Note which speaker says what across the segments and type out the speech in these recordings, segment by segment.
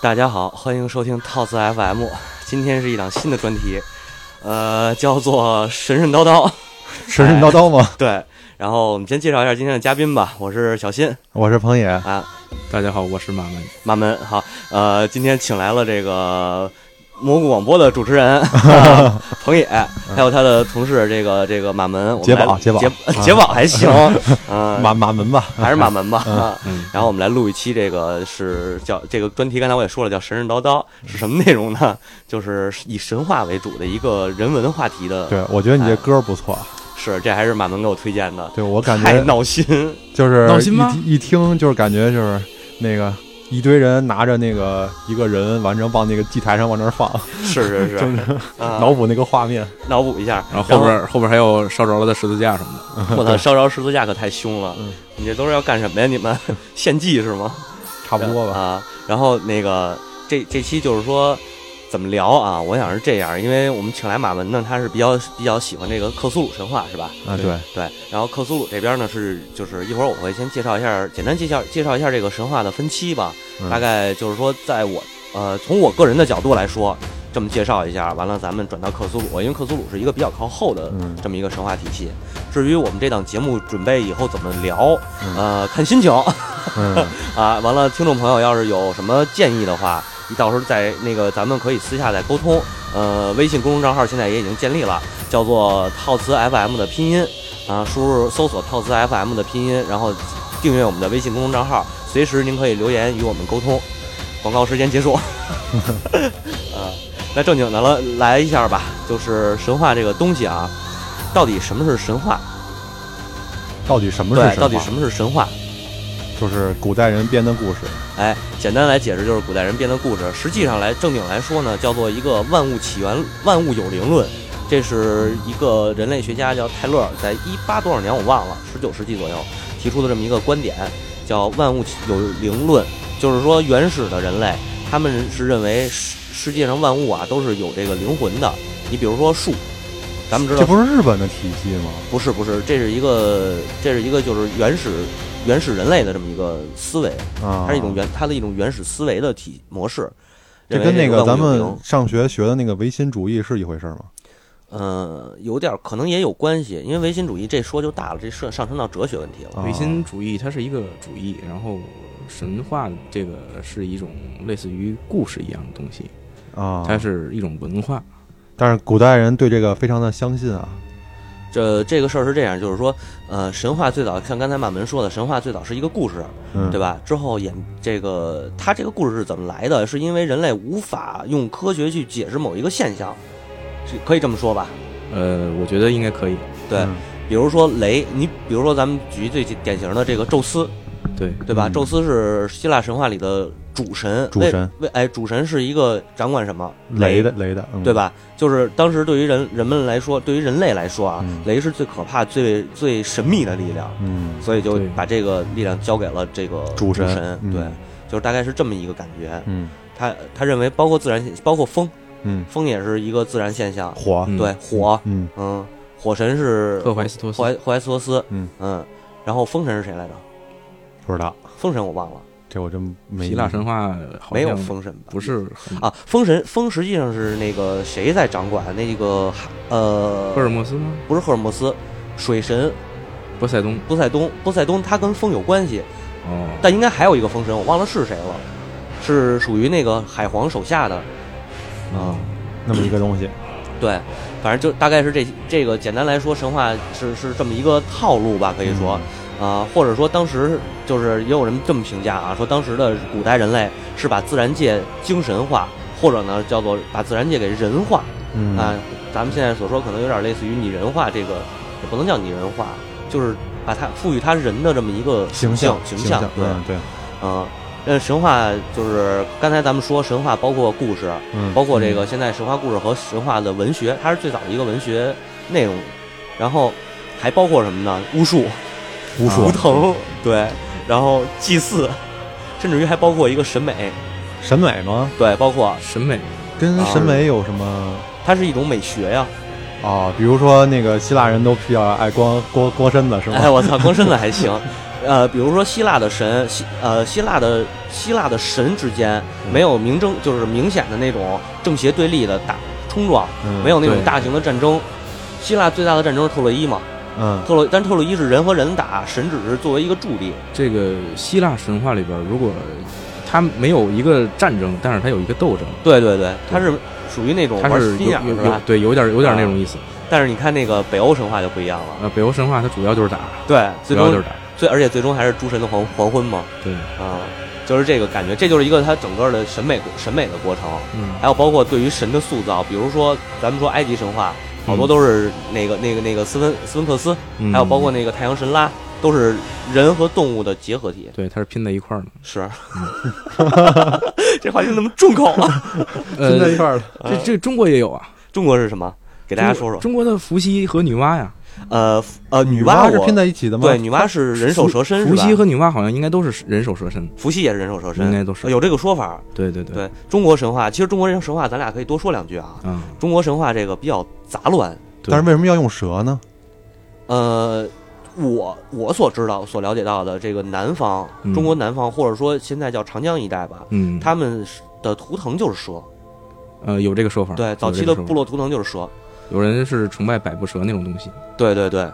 Speaker 1: 大家好，欢迎收听套词 FM。今天是一档新的专题，呃，叫做神神叨 叨。
Speaker 2: 神神叨叨
Speaker 3: 哎
Speaker 2: 吗？
Speaker 1: 对，然后我们先介绍一下今天的嘉宾吧。我是小新
Speaker 2: 我是彭野，
Speaker 1: 啊，
Speaker 3: 大家好，我是马门。
Speaker 1: 马门好，呃，今天请来了这个蘑菇广播的主持人、 啊彭野，还有他的同事这个这个马门，我们
Speaker 2: 杰宝
Speaker 1: 来
Speaker 2: 杰宝
Speaker 1: 杰杰宝还 行，嗯，
Speaker 2: 马马门吧，
Speaker 1: 还是马门吧。啊
Speaker 3: 嗯，
Speaker 1: 然后我们来录一期，这个是叫这个专题，刚才我也说了，叫神神叨叨，是什么内容呢？ 就是以神话为主的一个人文话题的，
Speaker 2: 对，我觉得你这歌不错，
Speaker 1: 是这还是马门给我推荐的，
Speaker 2: 对我感
Speaker 1: 太
Speaker 2: 觉
Speaker 1: 闹心，
Speaker 2: 就是
Speaker 3: 闹
Speaker 2: 一
Speaker 3: 心吗
Speaker 2: 听一听就是感觉就是那个一堆人拿着那个一个人，完成往那个祭台上往那儿
Speaker 3: 啊
Speaker 2: 放，
Speaker 1: 是是是，
Speaker 2: 就是
Speaker 1: 啊
Speaker 2: 脑补那个画面。
Speaker 1: 脑补一下，
Speaker 3: 然后后边后边还有烧着了的十字架什么的，
Speaker 1: 我操，烧着十字架可太凶了
Speaker 2: 嗯！
Speaker 1: 你这都是要干什么呀？你们 献祭是吗？
Speaker 2: 差不多吧，
Speaker 1: 啊。然后那个这这期就是说怎么聊啊？我想是这样，因为我们请来马文呢，他是比较比较喜欢这个克苏鲁神话是吧？
Speaker 2: 啊，对
Speaker 3: 对，
Speaker 1: 对。然后克苏鲁这边呢是就是一会儿我会先介绍一下，简单介绍介绍一下这个神话的分期吧。
Speaker 2: 嗯
Speaker 1: 大概就是说，在我呃从我个人的角度来说，这么介绍一下，完了咱们转到克苏鲁，因为克苏鲁是一个比较靠后的
Speaker 2: 嗯
Speaker 1: 这么一个神话体系。至于我们这档节目准备以后怎么聊，
Speaker 2: 嗯
Speaker 1: 呃，看心情
Speaker 2: 嗯，
Speaker 1: 啊。完了，听众朋友要是有什么建议的话，你到时候在那个咱们可以私下再沟通。呃，微信公众账号现在也已经建立了，叫做套词 FM 的拼音啊，输入搜索套词 FM 的拼音，然后订阅我们的微信公众账号，随时您可以留言与我们沟通。广告时间结束。 呃，那正经的了，来一下吧，就是神话这个东西啊，到底什么是神话？
Speaker 2: 到底什么是
Speaker 1: 对，
Speaker 2: 神话
Speaker 1: 到底什么是神话？
Speaker 2: 就是古代人编的故事，
Speaker 1: 哎，简单来解释就是古代人编的故事。实际上来正经来说呢，叫做一个万物起源、万物有灵论。这是一个人类学家叫泰勒，在一八多少年我忘了，十九世纪左右提出的这么一个观点，叫万物起有灵论，就是说原始的人类他们是认为世世界上万物啊都是有这个灵魂的。你比如说树，咱
Speaker 3: 啊
Speaker 1: 们知道
Speaker 2: 这不是日本的体系吗？
Speaker 1: 不是不是，这是一个这是一个就是原始原始人类的这么一个思维。
Speaker 2: 啊，
Speaker 1: 它是一种原它的一种原始思维的体模式。
Speaker 2: 这
Speaker 1: 认为
Speaker 2: 跟那
Speaker 1: 个
Speaker 2: 个咱
Speaker 1: 万物有
Speaker 2: 们
Speaker 1: 灵
Speaker 2: 上学学的那个唯心主义是一回事吗？
Speaker 1: 呃有点儿可能也有关系，因为唯心主义这说就大了，这上上升到哲学问题了。
Speaker 2: 啊
Speaker 3: 唯心主义它是一个主义，然后神话这个是一种类似于故事一样的东西，
Speaker 1: 哦
Speaker 2: 啊，
Speaker 3: 它是一种文化。
Speaker 2: 但是古代人对这个非常的相信啊，
Speaker 1: 这这个事儿是这样，就是说，呃，神话最早像刚才马门说的，神话最早是一个故事，
Speaker 2: 嗯，
Speaker 1: 对吧？之后演这个它这个故事是怎么来的？是因为人类无法用科学去解释某一个现象，是可以这么说吧？
Speaker 3: 呃，我觉得应该可以。
Speaker 1: 对，
Speaker 2: 嗯
Speaker 1: 比如说雷，你比如说咱们举最典型的这个宙斯，
Speaker 3: 对，
Speaker 1: 对吧？
Speaker 2: 嗯
Speaker 1: 宙斯是希腊神话里的主神，
Speaker 2: 主
Speaker 1: 为
Speaker 2: 神
Speaker 1: 为哎，主神是一个掌管什么
Speaker 2: 雷的，雷的，嗯
Speaker 1: 对？吧？就是当时对于人人们来说，对于人类来说啊，
Speaker 2: 嗯
Speaker 1: 雷是最可怕、最最神秘的力量，
Speaker 2: 嗯，
Speaker 1: 所以就
Speaker 3: 对
Speaker 1: 把这个力量交给了这个
Speaker 2: 主
Speaker 1: 神。
Speaker 2: 神嗯
Speaker 1: 对，就是大概是这么一个感觉。
Speaker 2: 嗯
Speaker 1: 他他认为，包括自然现，包括风，
Speaker 2: 嗯，
Speaker 1: 风也是一个自然现象。
Speaker 2: 火，
Speaker 3: 嗯
Speaker 1: 对，火，
Speaker 2: 嗯，
Speaker 1: 嗯，火神是
Speaker 3: 赫淮斯托斯
Speaker 1: 霍怀霍怀斯托斯，
Speaker 2: 嗯
Speaker 1: 然后风神是谁来着？
Speaker 2: 不知道，
Speaker 1: 风神我忘了，
Speaker 2: 这我真没。
Speaker 3: 希腊神话好
Speaker 1: 没有
Speaker 3: 像
Speaker 1: 风神吧？
Speaker 3: 不是很
Speaker 1: 啊，风神风实际上是那个谁在掌管？那个哈呃，
Speaker 3: 赫尔墨斯吗？
Speaker 1: 不是赫尔墨斯，水神
Speaker 3: 波塞冬
Speaker 1: 波塞冬。波塞冬他跟风有关系，
Speaker 3: 哦，
Speaker 1: 但应该还有一个风神，我忘了是谁了，是属于那个海皇手下的
Speaker 3: 嗯
Speaker 1: 啊、
Speaker 2: 那么一个东西，
Speaker 1: 对，反正就大概是这这个简单来说，神话是是这么一个套路吧，可以说。
Speaker 2: 嗯
Speaker 1: 啊、或者说当时就是也有人这么评价啊，说当时的古代人类是把自然界精神化，或者呢叫做把自然界给人化，
Speaker 2: 嗯
Speaker 1: 啊，咱们现在所说可能有点类似于拟人化，这个也不能叫拟人化，就是把它赋予它人的这么一个
Speaker 2: 形
Speaker 1: 象
Speaker 2: 形
Speaker 1: 象，对，
Speaker 2: 嗯对，
Speaker 1: 嗯。那神话就是刚才咱们说神话，包括故事，
Speaker 2: 嗯，
Speaker 1: 包括这个现在神话故事和神话的文学，它是最早的一个文学内容，然后还包括什么呢？巫
Speaker 2: 啊
Speaker 1: 术、
Speaker 2: 巫术
Speaker 1: 图腾，对，然后祭祀，甚至于还包括一个审美，
Speaker 2: 审美吗？
Speaker 1: 对，包括
Speaker 3: 审美
Speaker 2: 跟
Speaker 1: 啊
Speaker 2: 审美有什么？啊
Speaker 1: 它是一种美学呀、
Speaker 2: 哦，比如说那个希腊人都比较爱光光光身子是
Speaker 1: 哎，
Speaker 2: 吗？
Speaker 1: 我操，光身子还行。呃，比如说希腊的神，希呃希腊的希腊的神之间
Speaker 3: 嗯
Speaker 1: 没有明争，就是明显的那种正邪对立的打冲撞，
Speaker 2: 嗯
Speaker 1: 没有那种
Speaker 3: 对
Speaker 1: 大型的战争。希腊最大的战争是特洛伊嘛，
Speaker 2: 嗯
Speaker 1: 特洛但特洛伊是人和人打，神只是作为一个助力。
Speaker 3: 这个希腊神话里边儿，如果它没有一个战争，但是它有一个斗争，
Speaker 1: 对对对，它是属于那种
Speaker 3: 它
Speaker 1: 玩
Speaker 3: 是
Speaker 1: 心眼
Speaker 3: 有
Speaker 1: 儿
Speaker 3: 有
Speaker 1: 是
Speaker 3: 有
Speaker 1: 吧？啊
Speaker 3: 对有点有点那种意思。
Speaker 1: 但是你看那个北欧神话就不一样了，
Speaker 3: 呃，北欧神话它主要就是打，
Speaker 1: 对，
Speaker 3: 主
Speaker 1: 最
Speaker 3: 要
Speaker 1: 终
Speaker 3: 就是打，
Speaker 1: 最而且最终还是诸神的黄黄昏嘛，
Speaker 3: 对，
Speaker 1: 啊、就是这个感觉，这就是一个它整个的审美审美的过程，
Speaker 3: 嗯，
Speaker 1: 还有包括对于神的塑造，比如说咱们说埃及神话，好多
Speaker 3: 嗯
Speaker 1: 都是那个那个那个斯芬斯芬克斯，还有包括
Speaker 3: 嗯
Speaker 1: 那个太阳神拉，都是人和动物的结合体。
Speaker 3: 对，它是拼在一块儿的。
Speaker 1: 是， 这话题怎么重口 啊？
Speaker 2: 拼在一
Speaker 3: 呃，
Speaker 2: 块儿了，
Speaker 3: 这这中国也有啊，
Speaker 1: 中国是什么？给
Speaker 3: 给
Speaker 1: 大家说说。
Speaker 3: 中国的伏羲和女娲啊呀，
Speaker 1: 呃呃，女娲
Speaker 2: 娲是
Speaker 1: 我
Speaker 2: 拼在一起的吗？
Speaker 1: 对，，女娲是人手蛇身是
Speaker 3: 伏
Speaker 1: 吧
Speaker 3: 羲？和女娲好像应该都是人首蛇身，
Speaker 1: 伏羲也是人手蛇
Speaker 3: 应
Speaker 1: 身，
Speaker 3: 该都是。
Speaker 1: 呃有这个说法儿。
Speaker 3: 对对对，
Speaker 1: 对中国神话，其实中国人神话咱俩可以多说两句啊。
Speaker 3: 嗯，
Speaker 1: 中国神话这个比较杂乱，
Speaker 3: 对
Speaker 2: 但是为什么要用蛇呢？
Speaker 1: 呃，我我所知道、所了解到的这个南方，
Speaker 3: 嗯
Speaker 1: 中国南方或者说现在叫长江一带吧，
Speaker 3: 嗯，
Speaker 1: 他们的图腾就是蛇。
Speaker 2: 嗯
Speaker 3: 呃有这个说法，
Speaker 1: 对，
Speaker 3: 有
Speaker 1: 早
Speaker 3: 这
Speaker 1: 期
Speaker 3: 个
Speaker 1: 的
Speaker 3: 说法
Speaker 1: 部落图腾就是蛇。
Speaker 3: 有人是崇拜百步蛇那种东西，
Speaker 1: 对对对，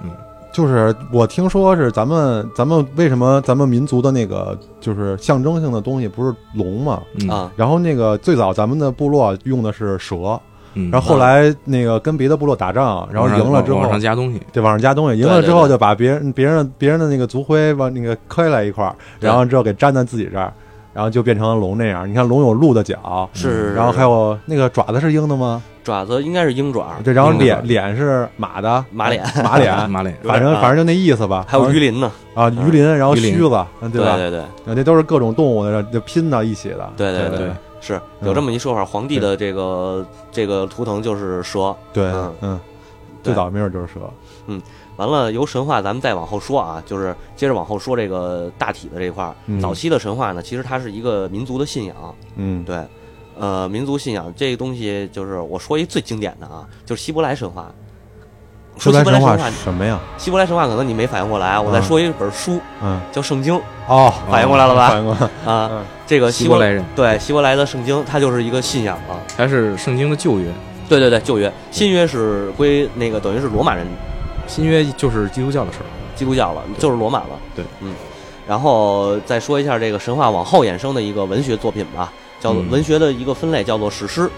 Speaker 2: 就是我听说是咱们咱们为什么咱们民族的那个就是象征性的东西不是龙嘛？
Speaker 3: 嗯，
Speaker 1: 啊，
Speaker 2: 然后那个最早咱们的部落用的是蛇，
Speaker 3: 嗯，
Speaker 2: 然后后来那个跟别的部落打
Speaker 1: 嗯
Speaker 2: 仗，然后赢了之后
Speaker 3: 往，上加东西，
Speaker 2: 对，往上加东西，赢了
Speaker 1: 对对
Speaker 2: 之后
Speaker 1: 对
Speaker 2: 就把别人别人别人的那个族徽往那个磕下来一块儿，
Speaker 1: 对
Speaker 2: 然后之后给粘在自己这儿，然后就变成了龙那样。你看龙有鹿的角，
Speaker 1: 是。
Speaker 2: 嗯然后还有那个爪子是鹰的吗？
Speaker 1: 爪子应该是鹰爪，
Speaker 2: 对，然嗯后
Speaker 3: 鹰的
Speaker 2: 脸
Speaker 3: 爪
Speaker 2: 脸是马的，
Speaker 1: 马脸，
Speaker 2: 马脸，
Speaker 3: 马脸，
Speaker 2: 反 正
Speaker 1: 啊
Speaker 2: 反正就那意思吧。
Speaker 1: 还有鱼鳞呢。
Speaker 2: 然后啊，鱼鳞，然后
Speaker 3: 鱼鳞
Speaker 2: 须子，嗯对吧？
Speaker 1: 对对
Speaker 2: 啊，这都是各种动物的，就拼到一起的。
Speaker 1: 对对
Speaker 2: 对
Speaker 3: 对
Speaker 1: 是
Speaker 2: 嗯
Speaker 1: 有这么一说法，皇帝的这个这个图腾就是蛇。
Speaker 2: 对
Speaker 1: 嗯
Speaker 2: 嗯，
Speaker 1: 对
Speaker 2: 最早没准就是蛇。
Speaker 1: 完了，由神话咱们再往后说啊，就是接着往后说这个大体的这一块儿。
Speaker 2: 嗯
Speaker 1: 早期的神话呢，其实它是一个民族的信仰，
Speaker 2: 嗯，
Speaker 1: 对，呃，民族信仰这个东西，就是我说一最经典的啊，就是希伯来神话。说
Speaker 2: 说
Speaker 1: 希
Speaker 2: 来
Speaker 1: 伯来
Speaker 2: 神话
Speaker 1: 神
Speaker 2: 是
Speaker 1: 话，
Speaker 2: 什么呀？
Speaker 1: 希伯来神话可能你没反应过来啊，我再
Speaker 2: 嗯
Speaker 1: 说一本书
Speaker 2: 嗯，
Speaker 1: 叫《圣经》
Speaker 2: 哦，
Speaker 1: 反应过来了吧
Speaker 2: 反应过来。
Speaker 1: 啊
Speaker 2: 嗯，
Speaker 1: 这个
Speaker 3: 希
Speaker 1: 希
Speaker 3: 伯
Speaker 1: 伯
Speaker 3: 来人，
Speaker 1: 对希伯来的圣经，它就是一个信仰了。
Speaker 3: 它是圣经的旧约，
Speaker 1: 对对对，旧约、新约是归那个等于是罗马人
Speaker 3: 新约就是基督教的事儿。
Speaker 1: 基督教了，就是罗马了。
Speaker 3: 对，
Speaker 1: 嗯，然后再说一下这个神话往后衍生的一个文学作品吧，叫做
Speaker 3: 嗯
Speaker 1: 文学的一个分类叫做史诗，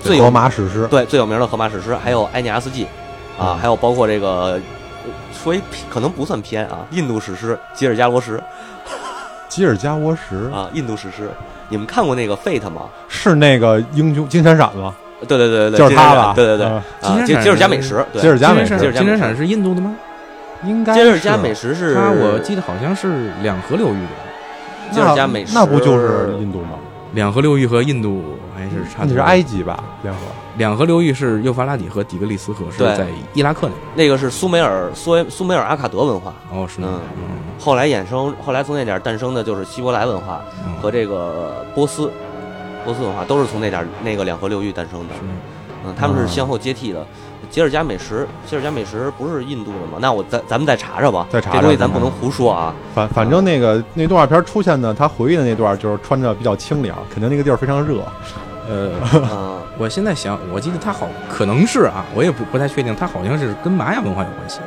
Speaker 1: 最有
Speaker 2: 罗马史诗，
Speaker 1: 对最有名的荷马史诗，还有《埃涅阿斯纪》啊，
Speaker 2: 嗯
Speaker 1: 还有包括这个。呃说一可能不算偏啊，印度史诗《吉尔加罗什》
Speaker 2: 吉尔加沃什
Speaker 1: 啊，印度史诗，你们看过那个《Fate》吗？
Speaker 2: 是那个英雄金闪闪吗？
Speaker 1: 对对对对，
Speaker 2: 就是他
Speaker 1: 了
Speaker 2: 吧？。
Speaker 1: 对对对，
Speaker 2: 嗯，
Speaker 1: 啊，
Speaker 3: 金闪
Speaker 1: 吉
Speaker 3: 闪
Speaker 1: 吉尔加美食，对
Speaker 2: 吉尔加美
Speaker 1: 吉尔
Speaker 2: 食
Speaker 1: 加美
Speaker 3: 金闪
Speaker 1: 食
Speaker 3: 闪是印度的吗？
Speaker 2: 应该
Speaker 1: 吉尔加美食
Speaker 2: 是
Speaker 1: 是
Speaker 3: 它我记得好像是两河流域的，
Speaker 1: 吉尔加美食
Speaker 2: 那那不就是印度吗？
Speaker 3: 两河流域和印度还是差。
Speaker 2: 那是埃，及吧？联合
Speaker 3: 两河流域是幼发拉底和底格里斯河，是
Speaker 1: 对
Speaker 3: 在伊拉克那边。
Speaker 1: 那个是苏美尔苏苏美尔阿卡德文化，
Speaker 3: 哦，是吗？嗯
Speaker 1: 后来衍生，后来从那点儿诞生的就是希伯来文化
Speaker 3: 嗯
Speaker 1: 和这个波斯波斯文化，都是从那点儿那个两河流域诞生的。
Speaker 3: 是吗
Speaker 1: 嗯，他们
Speaker 2: 啊
Speaker 1: 是先后接替的。吉尔加美什，吉尔加美什不是印度的吗？那我再咱们再查查吧，
Speaker 2: 再查查
Speaker 1: 这东西咱不能胡说 啊。
Speaker 2: 反反正那个那动画片出现的，他回忆的那段就是穿着比较清凉，肯定那个地儿非常热。
Speaker 3: 呃，
Speaker 1: 嗯，
Speaker 3: 我现在想，我记得它好可能是啊，我也不不太确定，它好像是跟玛雅文化有关系，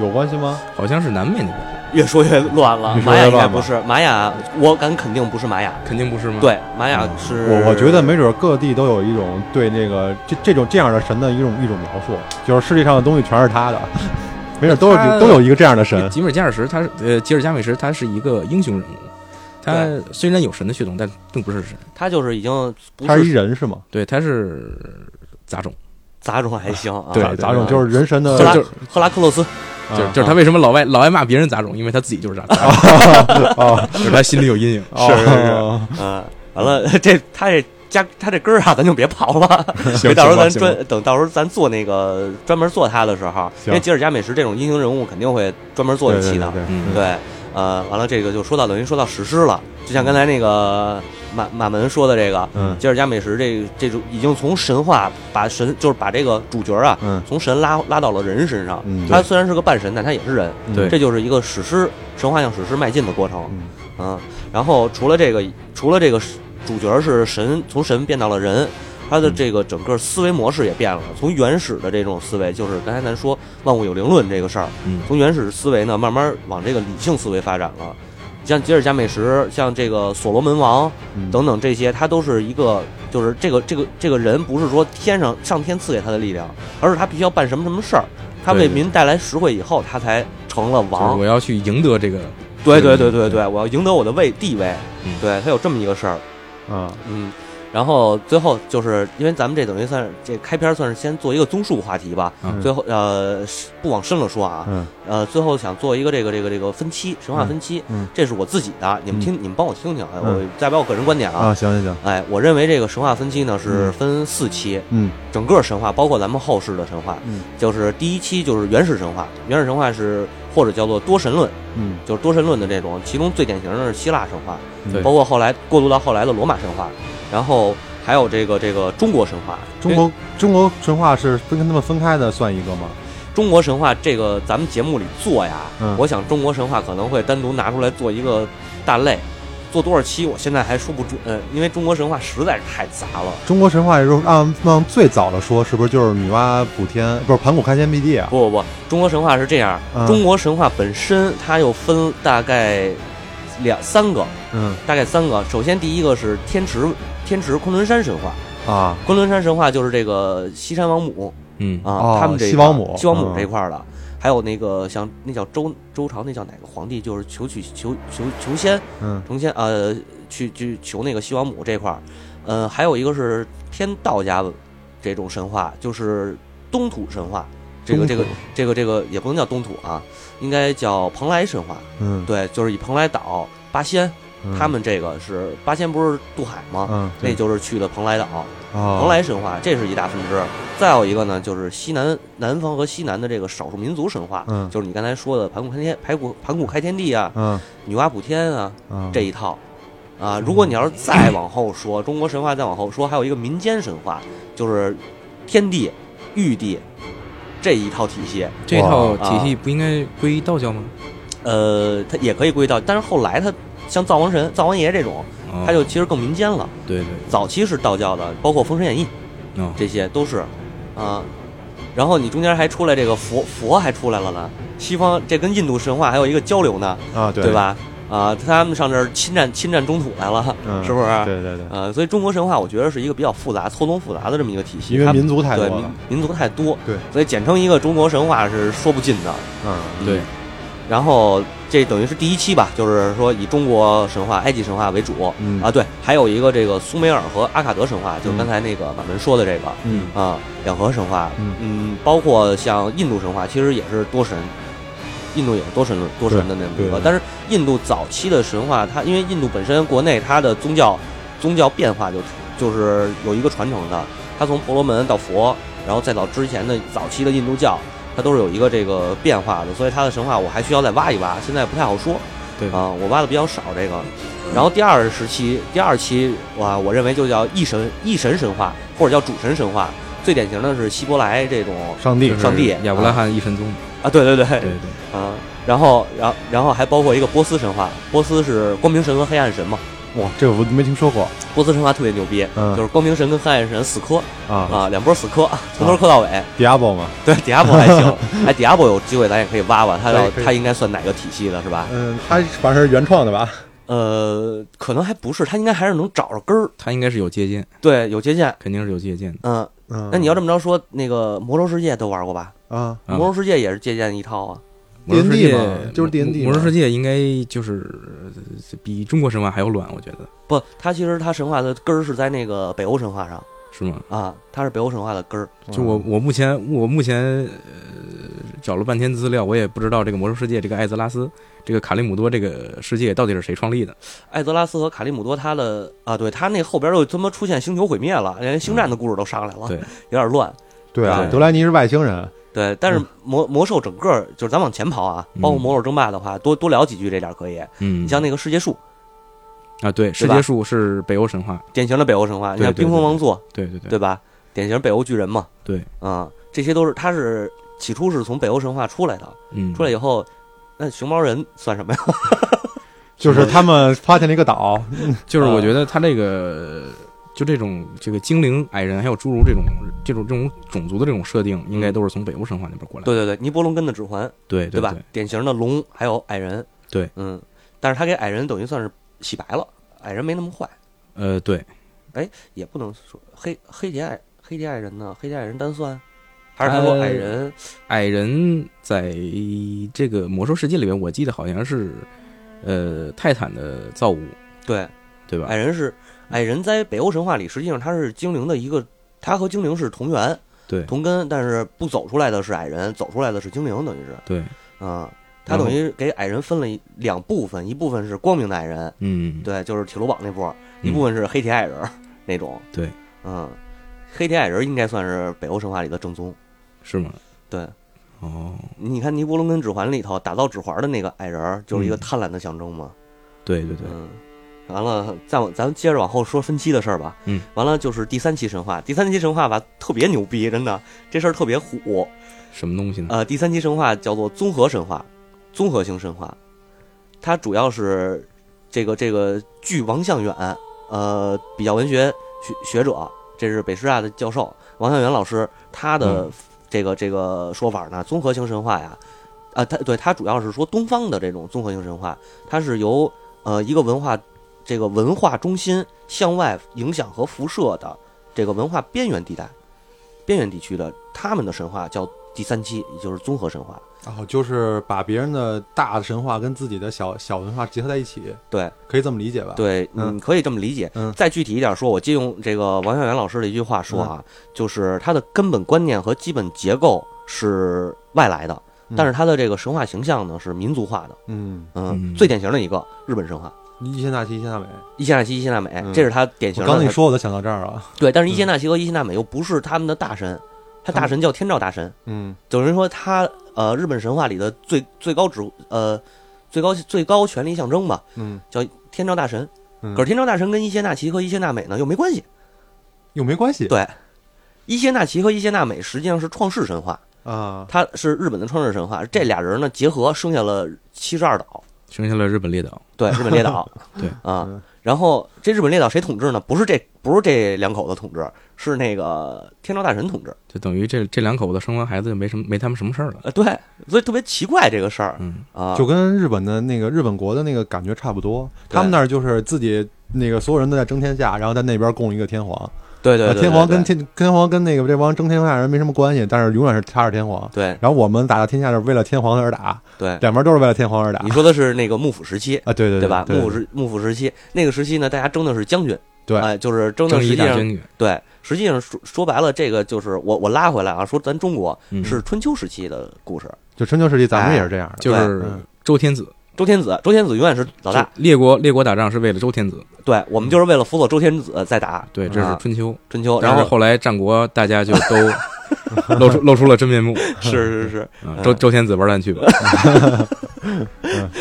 Speaker 2: 有关系吗？
Speaker 3: 好像是南美那边，
Speaker 1: 越说越乱了。
Speaker 2: 越说
Speaker 1: 玛
Speaker 2: 越
Speaker 1: 雅应该
Speaker 2: 乱吧嗯
Speaker 1: 不是玛雅，我敢肯定不是玛雅。
Speaker 3: 肯定不是吗？，
Speaker 1: 对，玛雅是
Speaker 2: 我我觉得没准各地都有一种对那个这这种这样的神的一种一种描述，就是世界上的东西全是他的， 没准都
Speaker 3: 他
Speaker 2: 有都有一个这样的神。
Speaker 3: 吉米尔加尔什，他是呃，吉尔加美什，他是一个英雄人物，他虽然有神的血统，但并不是神，
Speaker 1: 他就是已经不
Speaker 2: 他是一
Speaker 1: 是
Speaker 2: 人是吗？
Speaker 3: 对，他是杂种，
Speaker 1: 杂种还行啊。
Speaker 2: 对，杂种就是人神的，
Speaker 1: 赫拉
Speaker 3: 就是
Speaker 1: 赫拉克勒斯，
Speaker 2: 啊
Speaker 3: 就是就是他为什么老爱老爱骂别人杂种，因为他自己就是杂种，
Speaker 2: 啊，
Speaker 3: 就是他心里有阴影。
Speaker 1: 是是
Speaker 2: 哦
Speaker 1: 嗯，完了，这他这加他这根儿啊，咱就别刨了。
Speaker 2: 行
Speaker 1: 到时候咱
Speaker 2: 行吧行吧
Speaker 1: 专等到时候咱做那个专门做他的时候，因
Speaker 2: 行
Speaker 1: 为吉尔加美什这种英雄人物肯定会专门做一期的。
Speaker 2: 对对对
Speaker 3: 嗯，
Speaker 1: 对，呃，完了这个就说到等于说到史诗了，就像刚才那个马马门说的这个
Speaker 2: 嗯
Speaker 1: 吉尔加美什这这种已经从神话把神就是把这个主角啊
Speaker 2: 嗯
Speaker 1: 从神拉拉到了人身上。
Speaker 2: 嗯，
Speaker 1: 他虽然是个半神，但他也是人，
Speaker 2: 嗯
Speaker 3: 对
Speaker 1: 这就是一个史诗神话样史诗迈进的过程。
Speaker 2: 嗯
Speaker 1: 嗯，然后除了这个，除了这个是主角是神，从神变到了人，他的这个整个思维模式也变了，从原始的这种思维，就是刚才咱说万物有灵论这个事儿，
Speaker 3: 嗯
Speaker 1: 从原始思维呢，慢慢往这个理性思维发展了。像吉尔加美什，像这个所罗门王
Speaker 2: 嗯
Speaker 1: 等等这些，他都是一个，就是这个这个这个人不是说天上上天赐给他的力量，而是他必须要办什么什么事儿，他为
Speaker 3: 对对
Speaker 1: 民带来实惠以后，他才成了
Speaker 3: 就是
Speaker 1: 王
Speaker 3: 我。要去赢得这个，
Speaker 1: 对
Speaker 3: 嗯
Speaker 1: 对对对
Speaker 3: 对
Speaker 1: 对，我要赢得我的位地位
Speaker 3: 嗯，
Speaker 1: 对他有这么一个事儿，
Speaker 2: 啊，
Speaker 1: 嗯，然后最后就是因为咱们这等于算是这开篇算是先做一个综述话题吧，
Speaker 3: 嗯
Speaker 1: 最后呃是不往深了说啊，
Speaker 2: 嗯
Speaker 1: 呃最后想做一个这个这个这个分期神话分期，
Speaker 2: 嗯嗯
Speaker 1: 这是我自己的，你们听、你们帮我听听，哎
Speaker 2: 嗯
Speaker 1: 我代表我个人观点啊。
Speaker 2: 啊，行行行，
Speaker 1: 哎，我认为这个神话分期呢是
Speaker 2: 嗯
Speaker 1: 分四期，
Speaker 2: 嗯
Speaker 1: 整个神话包括咱们后世的神话，
Speaker 2: 嗯
Speaker 1: 就是第一期就是原始神话，原始神话是或者叫做多神论，
Speaker 2: 嗯
Speaker 1: 就是多神论的这种，其中最典型的是希腊神话，
Speaker 3: 对
Speaker 1: 包括后来过渡到后来的罗马神话，然后还有这个这个中国神话。
Speaker 2: 中国中国神话是分跟他们分开的，算一个吗？
Speaker 1: 中国神话这个咱们节目里做呀，
Speaker 2: 嗯
Speaker 1: 我想中国神话可能会单独拿出来做一个大类，做多少期我现在还说不准，呃因为中国神话实在是太杂了。
Speaker 2: 中国神话也就是按按最早的说，是不是就是女娲补天，不是盘古开天辟地啊？
Speaker 1: 不不不，中国神话是这样，
Speaker 2: 嗯
Speaker 1: 中国神话本身它又分大概两三个，
Speaker 2: 嗯
Speaker 1: 大概三个。首先第一个是天池天池昆仑山神话，
Speaker 2: 啊，
Speaker 1: 昆仑山神话就是这个西山王母，
Speaker 3: 嗯
Speaker 1: 啊，他们这一
Speaker 2: 哦西
Speaker 1: 块儿
Speaker 2: 王母
Speaker 1: 西王母
Speaker 2: 嗯
Speaker 1: 这一块儿的，还有那个像那叫周周朝那叫哪个皇帝，就是求取求求求仙
Speaker 2: 嗯
Speaker 1: 成仙呃，去去求那个西王母这块儿，呃，还有一个是天道家这种神话，就是东土神话，这个
Speaker 2: 东
Speaker 1: 这个
Speaker 2: 土
Speaker 1: 这个这个也不能叫东土啊，应该叫蓬莱神话，
Speaker 2: 嗯，
Speaker 1: 对，就是以蓬莱岛八仙，
Speaker 2: 嗯
Speaker 1: 他们这个是八仙不是渡海吗？
Speaker 2: 嗯，
Speaker 1: 那
Speaker 2: 对
Speaker 1: 就是去的蓬莱岛，
Speaker 2: 啊
Speaker 1: 蓬莱神话，这是一大分支。再有一个呢，就是西南南方和西南的这个少数民族神话，
Speaker 2: 嗯
Speaker 1: 就是你刚才说的盘古开天、盘古盘古开天地啊，
Speaker 2: 嗯
Speaker 1: 女娲补天啊
Speaker 2: 嗯
Speaker 1: 这一套。啊，如果你要是再往后说，中国神话再往后说，还有一个民间神话，就是天地、玉帝这一套体系。
Speaker 3: 这套
Speaker 1: 哇啊
Speaker 3: 体系不应该归道教吗？
Speaker 1: 呃，它也可以归到，但是后来它像灶王神、灶王爷这种，
Speaker 2: 嗯
Speaker 3: 哦
Speaker 1: 它就其实更民间了。
Speaker 3: 对对，
Speaker 1: 早期是道教的，包括《封神演义》，
Speaker 3: 嗯，
Speaker 1: 这些都是，啊，然后你中间还出来这个佛佛还出来了呢，西方这跟印度神话还有一个交流呢，
Speaker 2: 啊对
Speaker 1: 对？吧？啊，他们上这儿侵占侵占中土来了，
Speaker 2: 嗯，
Speaker 1: 是不是？
Speaker 2: 对对对，
Speaker 1: 呃，所以中国神话我觉得是一个比较复杂、错综复杂的这么一个体系，
Speaker 2: 因为
Speaker 1: 它
Speaker 2: 民族太多
Speaker 1: 对
Speaker 2: 了
Speaker 1: 民，民族太多，
Speaker 2: 对，
Speaker 1: 所以简称一个中国神话是说不尽的。啊
Speaker 2: 嗯
Speaker 3: 对，
Speaker 1: 然后这等于是第一期吧，就是说以中国神话、埃及神话为主。
Speaker 2: 嗯
Speaker 1: 啊，对，还有一个这个苏美尔和阿卡德神话，就是
Speaker 2: 嗯
Speaker 1: 刚才那个满文说的这个，
Speaker 2: 嗯
Speaker 1: 啊，两河神话，
Speaker 2: 嗯
Speaker 1: 嗯，包括像印度神话，其实也是多神，印度也是多神论、多神的那么
Speaker 2: 对
Speaker 1: 一个
Speaker 2: 对。
Speaker 1: 但是印度早期的神话，它因为印度本身国内它的宗教宗教变化就就是有一个传承的，它从婆罗门到佛，然后再到之前的早期的印度教，它都是有一个这个变化的，所以它的神话我还需要再挖一挖，现在不太好说。
Speaker 3: 对嗯
Speaker 1: 啊，我挖的比较少这个。然后第二时期，第二期哇，我认为就叫一神一神神话，或者叫主神神话。最典型的是希伯来这种
Speaker 2: 上帝
Speaker 3: 就是
Speaker 1: 上帝
Speaker 3: 亚伯拉罕一神宗，
Speaker 1: 啊，对对对，
Speaker 3: 对对，
Speaker 1: 啊，然后然后然后还包括一个波斯神话，波斯是光明神和黑暗神嘛，
Speaker 2: 哇，这个我都没听说过
Speaker 1: 波斯神话特别牛逼，
Speaker 2: 嗯
Speaker 1: 就是光明神跟黑暗神死磕
Speaker 3: 嗯
Speaker 2: 啊
Speaker 1: 啊，两波死磕，从头磕到尾。
Speaker 2: ，Diablo 嘛，
Speaker 1: 对，迪亚波还行， 哎，迪亚波有机会咱也可以挖挖，他
Speaker 2: 可以
Speaker 1: 要
Speaker 2: 可以
Speaker 1: 他应该算哪个体系的是吧？
Speaker 2: 嗯，它反正是原创的吧？
Speaker 1: 呃，可能还不是，他应该还是能找着根儿，
Speaker 3: 他应该是有借鉴，
Speaker 1: 对，有借鉴。
Speaker 3: 肯定是有借鉴的。
Speaker 1: 嗯，
Speaker 2: 嗯，
Speaker 1: 那你要这么着说，那个《魔兽世界》都玩过吧？
Speaker 2: 啊，
Speaker 1: 《魔兽世界》也是借鉴一套啊。
Speaker 3: 魔兽世界
Speaker 2: D&D 嘛就是 D&D
Speaker 3: 魔兽
Speaker 2: 嘛
Speaker 3: 世界应该就是呃比中国神话还要乱，我觉得
Speaker 1: 不，它其实它神话的根儿是在那个北欧神话上
Speaker 3: 是吗？
Speaker 1: 啊，它是北欧神话的根儿。
Speaker 3: 就我
Speaker 2: 嗯
Speaker 3: 我目前我目前呃找了半天资料，我也不知道这个魔兽世界这个艾泽拉斯这个卡利姆多这个世界到底是谁创立的。
Speaker 1: 艾泽拉斯和卡利姆多他的啊，对他那后边又他妈出现星球毁灭了，连星战的故事都上来了，
Speaker 3: 对
Speaker 1: 有点乱。
Speaker 2: 对啊，
Speaker 3: 对
Speaker 2: 德莱尼是外星人，
Speaker 1: 对，但是
Speaker 2: 嗯
Speaker 1: 魔魔兽整个就是咱往前跑啊，包括
Speaker 3: 嗯
Speaker 1: 魔兽争霸的话，多多聊几句这点儿可以。
Speaker 3: 嗯，
Speaker 1: 你像那个世界树，
Speaker 3: 啊，对，世
Speaker 1: 吧
Speaker 3: 界树是北欧神话，
Speaker 1: 典型的北欧神话，你
Speaker 3: 对
Speaker 1: 像
Speaker 3: 对
Speaker 1: 冰封
Speaker 3: 对
Speaker 1: 王座，
Speaker 3: 对对对
Speaker 1: 对吧？典型北欧巨人嘛。
Speaker 3: 对，
Speaker 1: 啊，这些都是它是起初是从北欧神话出来的，
Speaker 3: 嗯，
Speaker 1: 出来以后，那熊猫人算什么呀？
Speaker 2: 就是他们发现了一个岛，
Speaker 3: 就是
Speaker 1: 啊
Speaker 3: 我觉得他这个就这种这个精灵、矮人还有侏儒这种这种这种种族的这种设定，应该都是从北欧神话那边过来的。
Speaker 1: 对对对，尼伯龙根的指环，
Speaker 3: 嗯对
Speaker 1: 嗯
Speaker 3: 对
Speaker 1: 对吧？典型的龙还有矮人，
Speaker 3: 对，
Speaker 1: 嗯，但是他给矮人等于算是洗白了，矮人没那么坏，
Speaker 3: 呃，对，
Speaker 1: 也不能说黑黑蝶矮黑蝶矮人呢，黑蝶矮人单算，还是他说
Speaker 3: 呃
Speaker 1: 矮人
Speaker 3: 矮人在这个魔兽世界里面，我记得好像是呃泰坦的造物，
Speaker 1: 对
Speaker 3: 对吧
Speaker 1: 矮？人是矮人在北欧神话里，实际上他是精灵的一个，他和精灵是同源
Speaker 3: 对
Speaker 1: 同根，但是不走出来的是矮人，走出来的是精灵，等于是
Speaker 3: 对，
Speaker 1: 啊，他等于给矮人分了一两部分，一部分是光明的矮人，
Speaker 3: 嗯，
Speaker 1: 对，就是铁鲁堡那波，
Speaker 3: 嗯
Speaker 1: 一部分是黑铁矮人儿那种，
Speaker 3: 对，
Speaker 1: 嗯，黑铁矮人应该算是北欧神话里的正宗。
Speaker 3: 是吗？
Speaker 1: 对，
Speaker 3: 哦，
Speaker 1: 你看《尼伯龙根指环》里头打造指环的那个矮人儿，就是一个
Speaker 3: 嗯
Speaker 1: 贪婪的象征嘛。
Speaker 3: 对对对，
Speaker 1: 嗯，完了，再往咱们接着往后说分期的事儿吧。
Speaker 3: 嗯，
Speaker 1: 完了就是第三期神话，第三期神话吧特别牛逼，真的这事儿特别虎。
Speaker 3: 什么东西呢？
Speaker 1: 呃，第三期神话叫做综合神话，综合性神话，它主要是这个这个据王向远，呃，比较文学学学者，这是北师大的教授王向远老师，他的
Speaker 3: 嗯
Speaker 1: 这个这个说法呢，综合性神话呀，啊、他对他主要是说东方的这种综合性神话，它是由呃一个文化这个文化中心向外影响和辐射的这个文化边缘地带。边缘地区的他们的神话叫第三期，也就是综合神话。
Speaker 2: 然后就是把别人的大的神话跟自己的小小文化结合在一起，
Speaker 1: 对
Speaker 2: 可以这么理解吧？，
Speaker 1: 对，
Speaker 2: 嗯
Speaker 1: 你可以这么理解。
Speaker 2: 嗯
Speaker 1: 再具体一点说，我借用这个王小元老师的一句话说啊，
Speaker 2: 嗯
Speaker 1: 就是他的根本观念和基本结构是外来的，
Speaker 2: 嗯
Speaker 1: 但是他的这个神话形象呢是民族化的。
Speaker 2: 嗯，
Speaker 1: 嗯，
Speaker 3: 嗯
Speaker 1: 最典型的一个日本神话。
Speaker 2: 一仙大西，一仙大美。
Speaker 1: 伊邪那岐、伊邪那美，
Speaker 2: 嗯
Speaker 1: 这是他典型
Speaker 2: 我
Speaker 1: 的。
Speaker 2: 刚才一说，我都想到这儿 了。
Speaker 1: 对，但是伊
Speaker 2: 嗯
Speaker 1: 邪那岐和伊邪那美又不是他们的大神，他大神叫天照大神，
Speaker 2: 嗯，
Speaker 1: 有人说他呃，日本神话里的最最高职呃最高最高权力象征吧，
Speaker 2: 嗯，
Speaker 1: 天照大神。
Speaker 2: 嗯
Speaker 1: 可是天照大神跟伊邪那岐和伊邪那美呢又没关系。
Speaker 2: 又没关系。
Speaker 1: 对伊邪那岐和伊邪那美实际上是创世神话，
Speaker 2: 啊，
Speaker 1: 它是日本的创世神话。这俩人呢结合生下了七十二岛，
Speaker 3: 生下了日本列岛，。
Speaker 1: 对，日本列 岛
Speaker 3: 对
Speaker 1: 啊
Speaker 2: 嗯，
Speaker 1: 然后这日本列岛谁统治呢？不是这不是这两口子统治，是那个天照大神统治。
Speaker 3: 就等于这这两口子生完孩子就没什么没他们什么事儿了。
Speaker 1: 呃，对，所以特别奇怪这个事儿
Speaker 3: 嗯，
Speaker 1: 啊。
Speaker 2: 就跟日本的那个日本国的那个感觉差不多。他们那儿就是自己那个所有人都在争天下，然后在那边供一个天皇。
Speaker 1: 对对对
Speaker 2: 啊
Speaker 1: 对
Speaker 2: 天皇跟
Speaker 1: 对
Speaker 2: 天天皇跟那个这帮争天下人没什么关系，但是永远是他是天皇。
Speaker 1: 对
Speaker 2: 然后我们打到天下是为了天皇而打，
Speaker 1: 对，
Speaker 2: 两边都是为了天皇而打
Speaker 1: 你。说的是那个幕府时期，
Speaker 2: 啊，对对
Speaker 1: 对吧？幕
Speaker 2: 对
Speaker 1: 府时幕府时期那个时期呢，大家争的是将军，
Speaker 2: 对
Speaker 1: 哎、就是争的
Speaker 3: 正
Speaker 1: 实
Speaker 3: 义
Speaker 1: 际
Speaker 3: 大
Speaker 1: 上
Speaker 3: 将军，
Speaker 1: 对，实际上说说白了，这个就是我我拉回来啊，说咱中国
Speaker 3: 嗯
Speaker 1: 是春秋时期的故事，
Speaker 2: 就春秋时期咱
Speaker 1: 哎
Speaker 2: 们也是这样的。
Speaker 3: 就是
Speaker 2: 嗯
Speaker 3: 周天子，
Speaker 1: 周天子，周天子永远是老大，
Speaker 3: 就列国列国打仗是为了周天子，
Speaker 1: 对我们就是为了辅佐周天子在打，
Speaker 3: 对，这是
Speaker 1: 啊
Speaker 3: 春秋。
Speaker 1: 春秋，
Speaker 3: 但
Speaker 1: 然
Speaker 3: 是
Speaker 1: 后
Speaker 3: 后来战国大家就都露出露出了真面目，
Speaker 1: 是是是，
Speaker 3: 啊周周天子玩蛋去吧，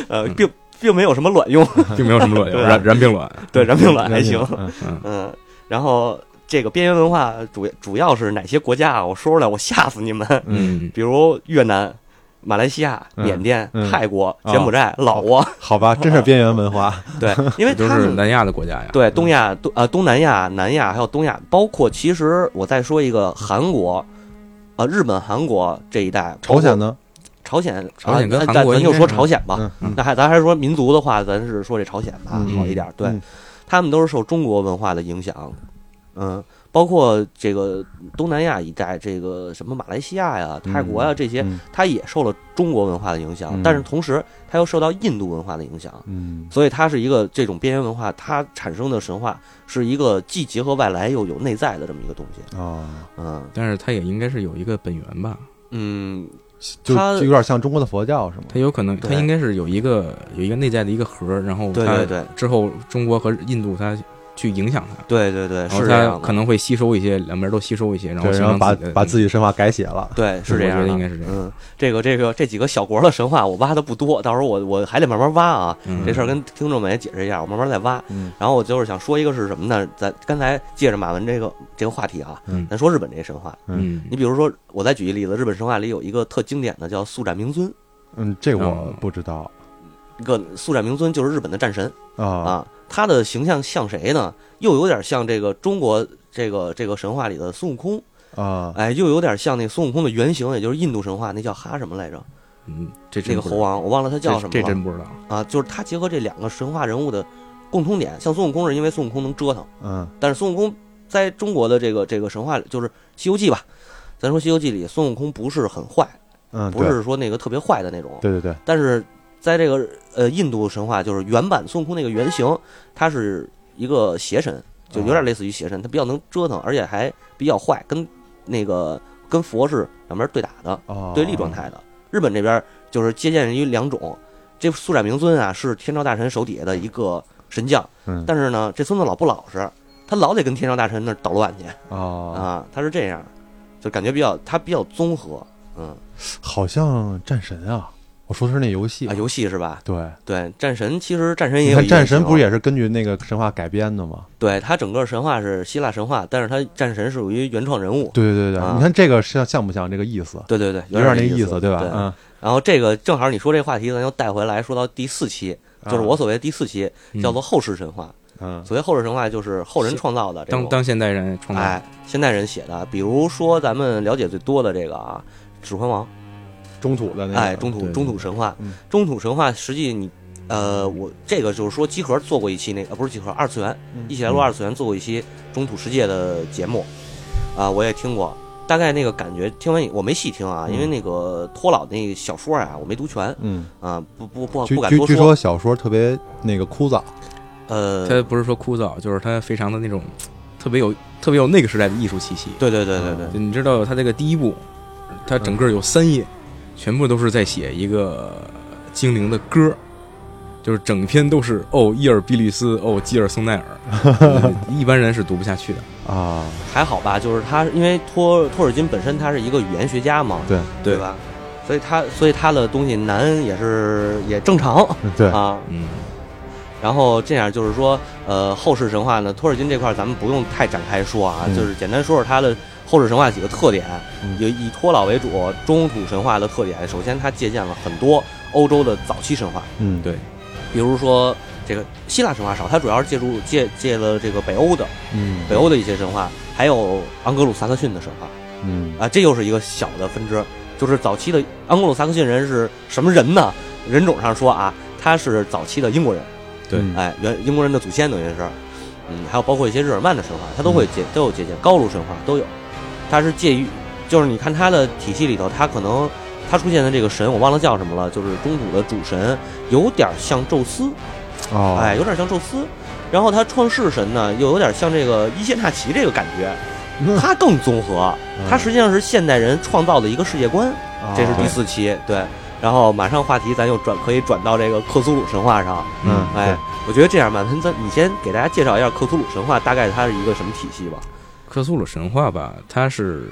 Speaker 1: 呃，并并没有什么卵用，
Speaker 3: 并没有什么卵用，
Speaker 1: 对啊
Speaker 3: 燃燃并卵，
Speaker 1: 对，然并卵还
Speaker 2: 了解
Speaker 1: 行，
Speaker 2: 嗯
Speaker 3: 嗯，
Speaker 1: 嗯，然后这个边缘文化主主要是哪些国家啊？我说出来我吓死你们，
Speaker 3: 嗯，
Speaker 1: 比如越南、马来西亚、
Speaker 2: 嗯
Speaker 1: 缅甸、
Speaker 2: 嗯
Speaker 1: 泰国、
Speaker 2: 啊
Speaker 1: 柬埔寨、老挝。
Speaker 2: 好吧，真是边缘 文化。
Speaker 1: 对，因为
Speaker 3: 都
Speaker 1: 他
Speaker 3: 是
Speaker 1: 们
Speaker 3: 南亚的国家呀，
Speaker 1: 对东亚、东呃东南亚、南亚还有东亚，包括其实我再说一个韩国，呃日本、韩国这一带，
Speaker 2: 朝鲜呢？
Speaker 1: 朝鲜、
Speaker 3: 朝鲜跟
Speaker 1: 啊
Speaker 3: 韩
Speaker 1: 咱
Speaker 3: 国
Speaker 1: 咱
Speaker 3: 应该
Speaker 1: 就说
Speaker 3: 是
Speaker 1: 朝鲜吧。
Speaker 2: 嗯嗯
Speaker 1: 那还咱还是说民族的话，咱是说这朝鲜吧、
Speaker 2: 嗯
Speaker 1: 好一点。对、
Speaker 2: 嗯
Speaker 1: 他们都是受中国文化的影响，嗯，包括这个东南亚一带，这个什么马来西亚呀、泰国呀、这些，
Speaker 2: 嗯
Speaker 1: 它也受了中国文化的影响，
Speaker 2: 嗯
Speaker 1: 但是同时它又受到印度文化的影响。
Speaker 2: 嗯
Speaker 1: 所以它是一个这种边缘文化，它产生的神话是一个既结合外来又有内在的这么一个东西。
Speaker 2: 啊，
Speaker 1: 嗯
Speaker 3: 但是它也应该是有一个本源吧，
Speaker 1: 嗯，
Speaker 2: 就
Speaker 1: 他
Speaker 2: 就有点像中国的佛教是吗？
Speaker 3: 它有可能，它
Speaker 1: 对
Speaker 3: 应该是有一个有一个内在的一个核儿，然后
Speaker 1: 对
Speaker 3: 它
Speaker 1: 对对
Speaker 3: 之后中国和印度它去影响它，
Speaker 1: 对对对，
Speaker 3: 然后
Speaker 1: 是这
Speaker 3: 哦它
Speaker 1: 样
Speaker 3: 可
Speaker 1: 的。
Speaker 3: 能会吸收一些，两边都吸收一些，然后
Speaker 2: 对，
Speaker 3: 形
Speaker 2: 然后
Speaker 3: 成
Speaker 2: 把
Speaker 3: 己的
Speaker 2: 把自己神话改写了。
Speaker 1: 对，是这样
Speaker 3: 我
Speaker 1: 的，
Speaker 3: 觉得应该是这样
Speaker 1: 嗯，这个这个这几个小国的神话我挖的不多，到时候我我还得慢慢挖啊。
Speaker 3: 嗯
Speaker 1: 这事儿跟听众们也解释一下，我慢慢再挖。
Speaker 2: 嗯
Speaker 1: 然后我就是想说一个是什么呢？咱刚才借着马文这个这个话题啊，
Speaker 3: 嗯
Speaker 1: 咱说日本这个神话。
Speaker 3: 嗯
Speaker 1: 你比如说，我再举一例子，日本神话里有一个特经典的叫速战明尊，
Speaker 2: 嗯，这我
Speaker 3: 嗯
Speaker 2: 不知道
Speaker 1: 这个速战明尊就是日本的战神
Speaker 2: 啊
Speaker 1: 啊，他的形象像谁呢？又有点像这个中国这个这个神话里的孙悟空，
Speaker 2: 啊
Speaker 1: 哎，又有点像那孙悟空的原型，也就是印度神话那叫哈什么来着？
Speaker 3: 嗯，这真
Speaker 1: 那个
Speaker 3: 不
Speaker 1: 猴
Speaker 3: 知道
Speaker 1: 王，我忘了他叫
Speaker 3: 这
Speaker 1: 什么
Speaker 3: 这
Speaker 1: 了。
Speaker 3: 真不知道。
Speaker 1: 啊，就是他结合这两个神话人物的共通点，像孙悟空是因为孙悟空能折腾，
Speaker 2: 嗯
Speaker 1: 但是孙悟空在中国的这个这个神话里，就是《西游记》吧，咱说《西游记》里孙悟空不是很坏，
Speaker 2: 嗯，
Speaker 1: 不
Speaker 2: 对
Speaker 1: 是说那个特别坏的那种，
Speaker 2: 对对对，
Speaker 1: 但是在这个呃印度神话，就是原版孙悟空那个原型，他是一个邪神，
Speaker 2: 啊
Speaker 1: 就有点类似于邪神，他比较能折腾，而且还比较坏，跟那个跟佛是两边对打的，
Speaker 2: 哦
Speaker 1: 对立状态的。日本这边就是借鉴于两种，这速斩明尊啊是天照大神手底下的一个神将，
Speaker 2: 嗯
Speaker 1: 但是呢，这孙子老不老实，他老得跟天照大神那儿捣乱去
Speaker 2: 啊，
Speaker 1: 啊，他是这样，就感觉比较他比较综合，嗯
Speaker 2: 好像战神啊，我说的是那游戏
Speaker 1: 啊，游戏是吧？
Speaker 2: 对，
Speaker 1: 对，战神其实战神也
Speaker 2: 你
Speaker 1: 有
Speaker 2: 看
Speaker 1: 一
Speaker 2: 战神不是
Speaker 1: 也
Speaker 2: 也是根据那个神话改编的吗？
Speaker 1: 对他整个神话是希腊神话，但是他战神属于原创人物，
Speaker 2: 对对对
Speaker 1: 啊
Speaker 2: 对，你看这个像像不像这个意思？
Speaker 1: 对对对，
Speaker 2: 有
Speaker 1: 点
Speaker 2: 那
Speaker 1: 那
Speaker 2: 意
Speaker 1: 思
Speaker 2: 对吧？
Speaker 1: 对
Speaker 2: 嗯，
Speaker 1: 然后这个正好你说这话题，咱又带回来说到第四期，
Speaker 2: 啊
Speaker 1: 就是我所谓的第四期，
Speaker 3: 嗯
Speaker 1: 叫做后世神话。
Speaker 2: 嗯
Speaker 1: 所谓后世神话就是后人创造的这
Speaker 3: 当
Speaker 1: 种，
Speaker 3: 当现代人创造，
Speaker 1: 哎，现代人写的，比如说咱们了解最多的这个啊，《指环王》，
Speaker 2: 中土的那个
Speaker 1: 哎，中土
Speaker 3: 对
Speaker 1: 中土神话
Speaker 2: 嗯，
Speaker 1: 中土神话实际你，呃，我这个就是说集合做过一期那个，呃不是集合，二次元
Speaker 2: 嗯
Speaker 1: 一起来录二次元做过一期中土世界的节目，啊，我也听过。大概那个感觉，听完以我没细听啊，
Speaker 2: 嗯
Speaker 1: 因为那个托老那个小说啊，我没读全
Speaker 2: 嗯，
Speaker 1: 啊，不不不
Speaker 2: 据
Speaker 1: 不敢
Speaker 2: 据
Speaker 1: 多
Speaker 2: 据说小说特别那个枯燥，
Speaker 1: 呃，
Speaker 3: 他不是说枯燥，就是他非常的那种特别有特别有那个时代的艺术气息。
Speaker 1: 对对对对对，
Speaker 3: 就
Speaker 2: 啊
Speaker 3: 你知道他这个第一部，他整个有三页，全部都是在写一个精灵的歌，就是整篇都是哦伊尔比利斯哦基尔松奈尔， 一般人是读不下去的。
Speaker 2: 啊，
Speaker 1: 还好吧，就是他，因为托托尔金本身他是一个语言学家嘛，
Speaker 2: 对
Speaker 1: 对吧？所以他所以他的东西难也是也正常
Speaker 2: 嗯对，
Speaker 1: 啊。
Speaker 3: 嗯，
Speaker 1: 然后这样就是说，呃，后世神话呢，托尔金这块儿咱们不用太展开说啊，
Speaker 2: 嗯
Speaker 1: 就是简单说说他的后世神话几个特点，
Speaker 2: 嗯
Speaker 1: 以以托老为主，中土神话的特点，首先他借鉴了很多欧洲的早期神话，
Speaker 2: 嗯
Speaker 3: 对
Speaker 1: 比如说这个希腊神话少，它主要是借助借借了这个北欧的
Speaker 2: 嗯
Speaker 1: 北欧的一些神话，还有盎格鲁撒克逊的神话。
Speaker 2: 嗯
Speaker 1: 啊，这又是一个小的分支，就是早期的盎格鲁撒克逊人是什么人呢？人种上说啊，他是早期的英国人，
Speaker 3: 对
Speaker 2: 嗯
Speaker 1: 哎，原英国人的祖先等于是，嗯，还有包括一些日耳曼的神话，他都会
Speaker 2: 嗯
Speaker 1: 借都有借鉴，高卢神话都有，他是介于，就是你看他的体系里头，他可能他出现的这个神我忘了叫什么了，就是中土的主神，有点像宙斯，
Speaker 2: 哦
Speaker 1: 哎，有点像宙斯。然后他创世神呢，又有点像这个伊谢纳奇这个感觉，
Speaker 2: 嗯
Speaker 1: 他更综合，它实际上是现代人创造的一个世界观，这是
Speaker 2: 哦
Speaker 1: 第四期对。然后马上话题咱又转可以转到这个克苏鲁神话上，
Speaker 2: 嗯
Speaker 1: 哎，我觉得这样吧，咱咱你先给大家介绍一下克苏鲁神话大概它是一个什么体系吧。
Speaker 3: 克苏鲁神话吧，他是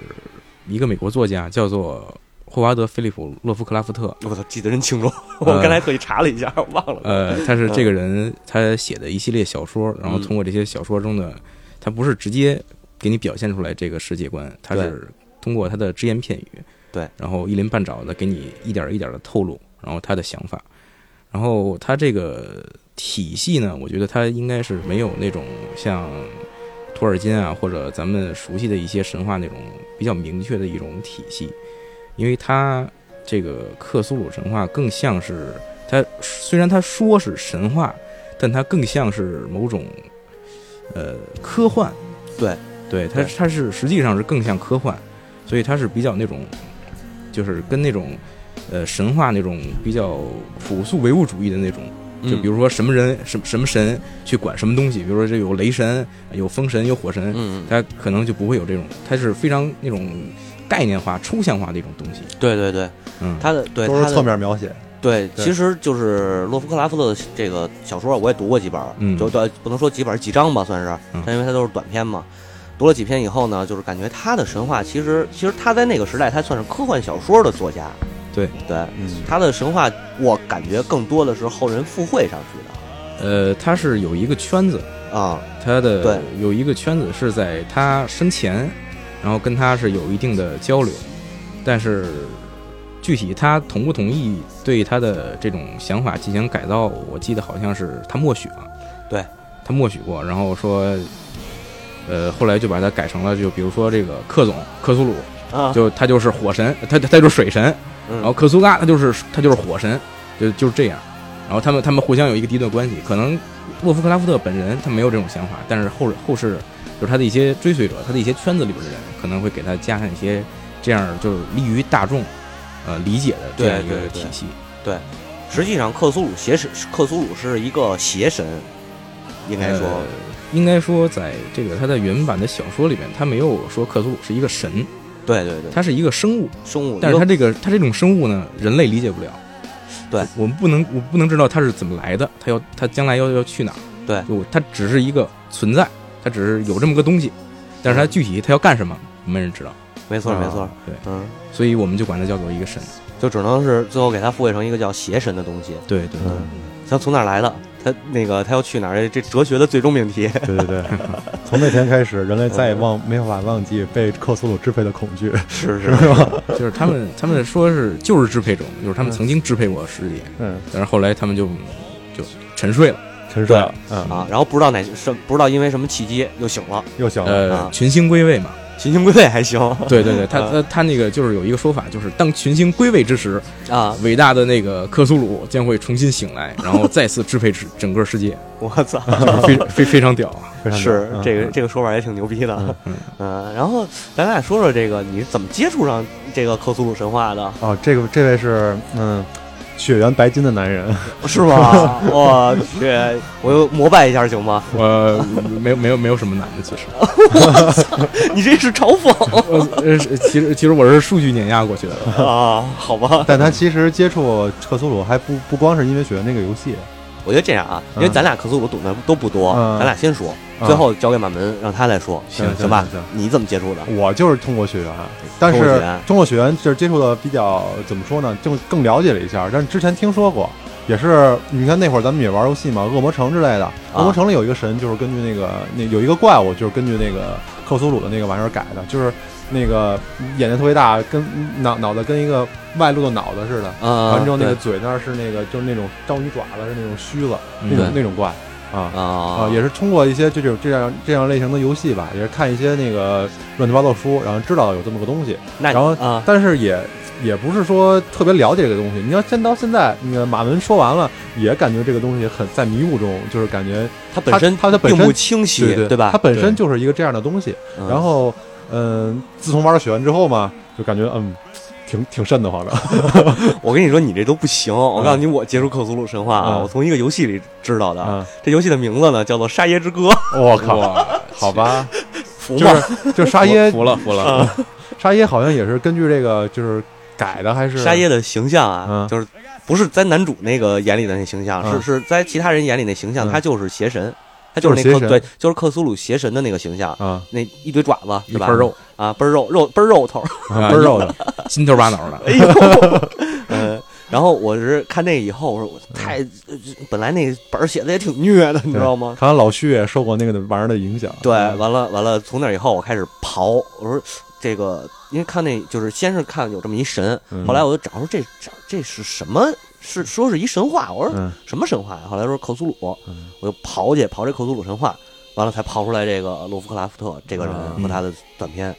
Speaker 3: 一个美国作家，叫做霍华德·菲利普·洛夫克拉夫特。
Speaker 1: 我操，记得真清 楚，我刚才特意查了一下，我忘了。
Speaker 3: 呃，他是这个人他写的一系列小说，然后通过这些小说中的，他不是直接给你表现出来这个世界观，他
Speaker 1: 对
Speaker 3: 是通过他的只言片语，
Speaker 1: 对，
Speaker 3: 然后一鳞半爪的给你一点儿一点的透露，然后他的想法，然后他这个体系呢，我觉得他应该是没有那种像托尔金啊或者咱们熟悉的一些神话那种比较明确的一种体系，因为他这个克苏鲁神话更像是它虽然它说是神话，但它更像是某种呃科幻。
Speaker 1: 对，
Speaker 3: 对，它
Speaker 1: 对
Speaker 3: 它是实际上是更像科幻，所以它是比较那种，就是跟那种呃神话那种比较朴素唯物主义的那种。就比
Speaker 1: 如，
Speaker 3: 如说什么人、什么什么神去管什么东西，比如说这有雷神、有风神、有火神，
Speaker 1: 嗯，嗯
Speaker 3: 它可能就不会有这种，它是非常那种概念化、抽象化的一种东西。
Speaker 1: 对对对，
Speaker 3: 嗯，
Speaker 1: 它的对
Speaker 2: 都是
Speaker 1: 它的
Speaker 2: 侧面描写，
Speaker 1: 对，
Speaker 2: 对
Speaker 1: 其实就是洛夫克拉夫特的这个小说，啊我也读过几本儿，
Speaker 3: 嗯
Speaker 1: 就对，不能说几本儿几章吧，算是
Speaker 3: 嗯，
Speaker 1: 但因为它都是短篇嘛。读了几篇以后呢，就是感觉他的神话其实，其实他在那个时代，他算是科幻小说的作家。
Speaker 3: 对
Speaker 1: 对，
Speaker 2: 嗯
Speaker 1: 他的神话，我感觉更多的是后人附会上去
Speaker 3: 呃，它是有一个圈子，
Speaker 1: 的啊。
Speaker 3: 他
Speaker 1: 对
Speaker 3: 的有一个圈子是在他生前，然后跟他是有一定的交流，但是具体他同不同意对他的这种想法进行改造，我记得好像是他默许了，
Speaker 1: 对
Speaker 3: 他默许过，然后说，呃，后来就把它改成了，就比如说这个克总克苏鲁，
Speaker 1: 啊，
Speaker 3: 就他就是火神，他他他就是水神，
Speaker 1: 嗯
Speaker 3: 然后克苏拉他就是他就是火神，就就是这样。然后他们他们互相有一个敌对关系，可能洛夫克拉夫特本人他没有这种想法，但是后后世就是他的一些追随者，他的一些圈子里边的人可能会给他加上一些这样就是利于大众呃理解的这样一
Speaker 1: 对
Speaker 3: 个
Speaker 1: 对对
Speaker 3: 体系。
Speaker 1: 实际上克苏鲁邪神，克苏鲁是一个邪神，应该说
Speaker 3: 呃，应该说在这个他在原版的小说里面，他没有说克苏鲁是一个神，
Speaker 1: 对对对，
Speaker 3: 他是一个生物，
Speaker 1: 生物，
Speaker 3: 但是它这个它这种生物呢，人类理解不了。
Speaker 1: 对，
Speaker 3: 我们不能，我不能知道它是怎么来的，它要它将来要要去哪儿。
Speaker 1: 对
Speaker 3: 就它只是一个存在，它只是有这么个东西，但
Speaker 1: 嗯
Speaker 3: 是它具体它要干什么，没人知道。
Speaker 1: 没错没错
Speaker 3: 啊，，对，
Speaker 1: 嗯，
Speaker 3: 所以我们就管它叫做一个神。
Speaker 1: 就只能是最后给他复位成一个叫邪神的东西。
Speaker 3: 对对
Speaker 1: 嗯，他从哪儿来的？他那个他要去哪儿？这哲学的最终命题。
Speaker 2: 对对对， 从那天开始，人类再也忘没法忘记被克苏鲁支配的恐惧，
Speaker 1: 是
Speaker 2: 是
Speaker 1: 是，
Speaker 2: 吧？
Speaker 3: 就是他们他们说是就是支配者，就是
Speaker 1: 嗯
Speaker 3: 他们曾经支配过世界，
Speaker 2: 嗯，
Speaker 3: 但是后来他们就就沉睡了，
Speaker 2: 沉睡了，嗯，
Speaker 1: 啊，然后不知道哪什不知道因为什么契机又醒了，
Speaker 2: 又醒了，
Speaker 3: 呃
Speaker 1: 啊，
Speaker 3: 群星归位嘛。
Speaker 1: 群星归位还 行。
Speaker 3: 对对对，他
Speaker 1: 啊
Speaker 3: 他他那个就是有一个说法，就是当群星归位之时，
Speaker 1: 啊，
Speaker 3: 伟大的那个克苏鲁将会重新醒来，然后再次支配整整个世界，
Speaker 1: 我操，
Speaker 3: 就是非非非常屌啊！
Speaker 2: 非 常
Speaker 1: 是
Speaker 2: 嗯
Speaker 1: 这个这个说法也挺牛逼的。嗯，然后咱俩说说这个你是怎么接触上这个克苏鲁神话的？
Speaker 2: 哦，这个这位是嗯，血缘白金的 男人，
Speaker 1: 是 吗？我去，我又膜拜一下行 吗？
Speaker 3: 我没有没有没有什么难的，其实，
Speaker 1: 你这是嘲 讽
Speaker 3: 我呃是其实其实我是数据碾压过去的，
Speaker 1: 啊？好吧，
Speaker 2: 但他其实接触克苏鲁还不不光是因为血缘这个游戏，
Speaker 1: 我觉得这样啊，因为咱俩克苏鲁懂得都不多，
Speaker 2: 嗯
Speaker 1: 咱俩先说，
Speaker 2: 嗯
Speaker 1: 最后交给马门让他来说，嗯
Speaker 2: 行
Speaker 1: 行吧
Speaker 2: 行行？
Speaker 1: 你怎么接触的？
Speaker 2: 我就是通过血缘，但
Speaker 1: 通过
Speaker 2: 是
Speaker 1: 血缘
Speaker 2: 通过血缘就是接触的比较怎么说呢，更更了解了一下，但是之前听说过，也是你看那会儿咱们也玩游戏嘛，恶魔城之类
Speaker 1: 啊
Speaker 2: 的，恶魔城里有一个神就是根据那个那有一个怪物就是根据那个克苏鲁的那个玩意儿改的，就是那个眼睛特别大，跟脑脑袋跟一个外露的脑袋似的，
Speaker 1: 啊，
Speaker 2: 完之后嗯那个
Speaker 1: 对
Speaker 2: 嘴那儿是那个就是那种章鱼爪子是那种须子
Speaker 3: 嗯
Speaker 2: 那种
Speaker 1: 对
Speaker 2: 那种怪啊。啊
Speaker 1: 啊，，
Speaker 2: 也是通过一些这种这样这样类型的游戏吧，也是看一些那个乱七八糟书，然后知道有这么个东西，
Speaker 1: 那
Speaker 2: 然后
Speaker 1: 啊，
Speaker 2: 但是也也不是说特别了解这个东西。你要真到现在，那个马文说完了，也感觉这个东西很在迷雾中，就是感觉
Speaker 1: 它本身
Speaker 2: 它它本
Speaker 1: 并不
Speaker 2: 身
Speaker 1: 清晰
Speaker 2: 对，对
Speaker 1: 吧
Speaker 2: 它？本
Speaker 3: 对
Speaker 2: 身就是一个这样的东西。
Speaker 1: 嗯
Speaker 2: 然后，嗯，自从玩了血缘之后嘛，就感觉嗯，挺挺瘆得慌的。
Speaker 1: 我跟你说，你这都不行。我告诉你，我接触克苏鲁神话啊，
Speaker 2: 嗯
Speaker 1: 我从一个游戏里知道的。
Speaker 2: 啊，
Speaker 1: 这游戏的名字呢叫做《沙耶之歌》，
Speaker 2: 我靠，
Speaker 3: 哇，
Speaker 2: 好吧，
Speaker 1: 服
Speaker 2: 就
Speaker 1: 吗？
Speaker 2: 是就沙耶嗯
Speaker 3: 服了服 了，
Speaker 1: 啊，
Speaker 2: 沙耶好像也是根据这个就是改的还是
Speaker 1: 沙耶的形象啊，
Speaker 2: 嗯
Speaker 1: 就是不是在男主那个眼里的那形象，
Speaker 2: 嗯
Speaker 1: 是是在其他人眼里那形象，
Speaker 2: 嗯
Speaker 1: 他就是邪神，他
Speaker 2: 就是
Speaker 1: 是那
Speaker 2: 邪
Speaker 1: 克
Speaker 2: 神
Speaker 1: 对，就是克苏鲁邪神的那个形象，
Speaker 2: 啊
Speaker 1: 那一堆爪子
Speaker 3: 一
Speaker 1: 是吧？
Speaker 3: 块肉，
Speaker 1: 啊，倍儿肉，肉倍儿肉 头。
Speaker 2: 啊倍儿肉的，
Speaker 3: 筋头巴脑的，
Speaker 1: 哎呦， 嗯，然后我是看那以后，我说我太呃本来那本儿写的也挺虐的，你知道吗？
Speaker 2: 看来老旭也受过那个玩意儿的影响。
Speaker 1: 对，完了完了，从那以后我开始刨，我说这个，因为看那就是先是看有这么一神，
Speaker 2: 嗯
Speaker 1: 后来我就找说这这这是什么？是说是一神话，我说
Speaker 2: 嗯
Speaker 1: 什么神话呀？后来说克苏鲁，
Speaker 2: 嗯
Speaker 1: 我就刨去刨这克苏鲁神话，完了才刨出来这个洛夫克拉夫特这个人
Speaker 2: 嗯
Speaker 1: 和他的短片，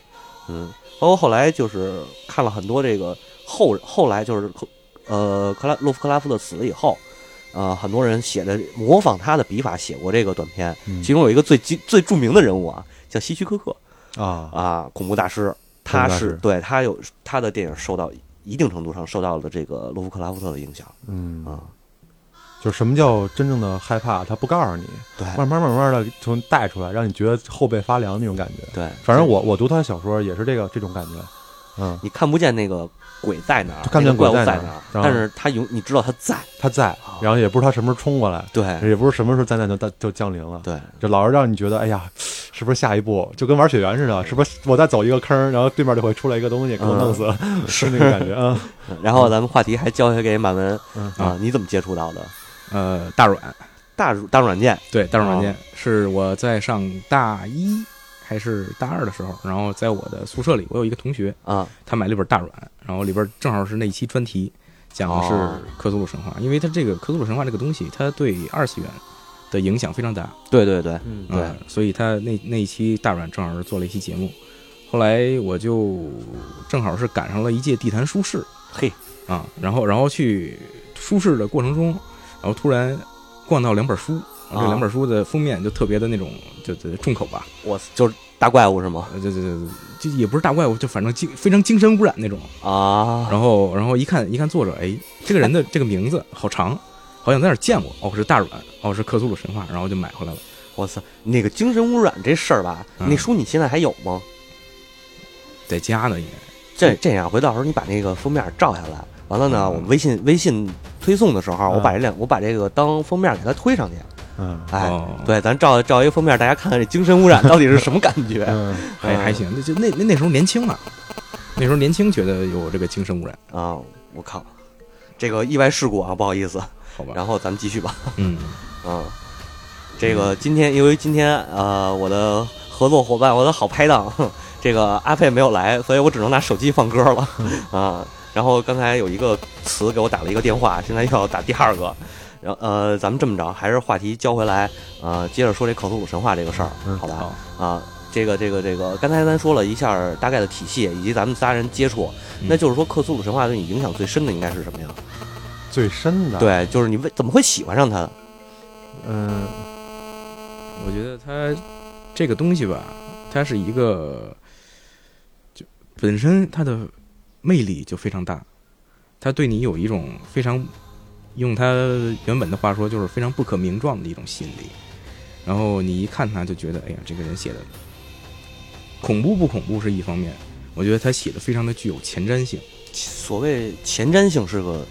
Speaker 1: 嗯，包括后来就是看了很多这个后后来就是克呃克拉洛夫克拉夫特死了以后，呃，很多人写的模仿他的笔法写过这个短片，
Speaker 2: 嗯
Speaker 1: 其中有一个最基最著名的人物啊，叫希区柯克
Speaker 2: 啊，
Speaker 1: 啊，恐怖大师，
Speaker 2: 恐怖
Speaker 1: 他
Speaker 2: 大
Speaker 1: 是
Speaker 2: 师
Speaker 1: 对他有他的电影受到一定程度上受到了这个洛夫克拉夫特的影响
Speaker 2: 嗯，
Speaker 1: 啊，
Speaker 2: 就是什么叫真正的害怕，他不告诉你，
Speaker 1: 对
Speaker 2: 慢慢慢慢的从带出来，让你觉得后背发凉那种感觉。
Speaker 1: 对，
Speaker 2: 反正我我读他的小说也是这个这种感觉，嗯，
Speaker 1: 你看不见那个鬼在哪儿，
Speaker 2: 就看不
Speaker 1: 那个
Speaker 2: 见
Speaker 1: 怪
Speaker 2: 鬼
Speaker 1: 物
Speaker 2: 在
Speaker 1: 在
Speaker 2: 哪儿
Speaker 1: 哪儿，
Speaker 2: 然后
Speaker 1: 但是他永你知道他在，
Speaker 2: 他在，
Speaker 1: 啊
Speaker 2: 然后也不知道他什么时候冲过来，
Speaker 1: 对
Speaker 2: 也不是什么时候灾难就到就降临了，
Speaker 1: 哎对
Speaker 2: 就老是让你觉得，哎呀，是不是下一步就跟玩雪原似的，是不是我再走一个坑，然后对面就会出来一个东西给我弄死， 是那个感觉啊，
Speaker 1: 嗯然后咱们话题还交回给马文
Speaker 2: 嗯
Speaker 1: 啊，你怎么接触到的？
Speaker 3: 呃，大软，
Speaker 1: 大软大软件
Speaker 2: 哦
Speaker 3: 对，大软软件是我在上大一还是大二的时候，然后在我的宿舍里，我有一个同学，
Speaker 2: 嗯
Speaker 1: 啊，
Speaker 3: 他买了一本大软，然后里边正好是那一期专题，讲的
Speaker 1: 哦
Speaker 3: 是科苏鲁神话，因为它这个科苏鲁神话这个东西，它对二次元的影响非常大，
Speaker 1: 对对对，
Speaker 2: 嗯
Speaker 1: 对
Speaker 3: 嗯所以他那那一期大软正好是做了一期节目，后来我就正好是赶上了一届地坛书市
Speaker 1: 嘿，
Speaker 3: 啊，然后然后去书市的过程中，然后突然逛到两本书，然后这
Speaker 1: 啊
Speaker 3: 两本书的封面就特别的那种，就就重口吧，
Speaker 1: 我就是大怪物是吗？
Speaker 3: 呃，就就就就也不是大怪物，就反正精非常精神污染那种。
Speaker 1: 啊，
Speaker 2: 嗯
Speaker 3: 然后然后一看一看作者，哎，这个人的这个名字好长，好像在哪儿见过，哦是大软，哦是克苏鲁神话，然后就买回来了。
Speaker 1: 我操，那个精神污染这事儿吧，
Speaker 3: 嗯
Speaker 1: 那书你现在还有吗？
Speaker 3: 在家呢应该。
Speaker 1: 这
Speaker 2: 嗯
Speaker 1: 这样，回到时候你把那个封面照下来，完了呢，
Speaker 3: 嗯
Speaker 1: 我微信微信推送的时候，
Speaker 2: 嗯
Speaker 1: 我把这两我把这个当封面给它推上去。
Speaker 2: 嗯
Speaker 1: 哎，
Speaker 3: 哦
Speaker 1: 对，咱照照一个封面，大家看看这精神污染到底是什么感觉
Speaker 2: 嗯，
Speaker 3: 还
Speaker 1: 嗯
Speaker 3: 还行，那就那那那时候年轻嘛，那时候年轻觉得有这个精神污染，
Speaker 1: 啊！我靠，这个意外事故啊，不好意思。
Speaker 3: 好吧？
Speaker 1: 然后咱们继续吧，
Speaker 3: 嗯，
Speaker 1: 嗯，这个今天因为今天呃我的合作伙伴，我的好拍档，哼这个阿佩没有来，所以我只能拿手机放歌了啊。然后刚才有一个词给我打了一个电话，现在又要打第二个。然后呃，咱们这么着，还是话题交回来，呃，接着说这克苏鲁神话这个事儿，
Speaker 2: 嗯
Speaker 1: 好吧？
Speaker 3: 好，
Speaker 1: 啊，这个这个这个，刚才咱说了一下大概的体系，以及咱们仨人接触，
Speaker 3: 嗯
Speaker 1: 那就是说克苏鲁神话对你影响最深的应该是什么呀？
Speaker 2: 最深的，，
Speaker 1: 对，就是你为怎么会喜欢上它？
Speaker 2: 嗯
Speaker 3: 我觉得它这个东西吧，它是一个就本身它的魅力就非常大，它对你有一种非常用它原本的话说就是非常不可名状的一种吸引力，然后你一看他就觉得，哎呀，这个人写的恐怖不恐怖是一方面，我觉得他写的非常的具有前瞻性。
Speaker 1: 所谓前瞻性是个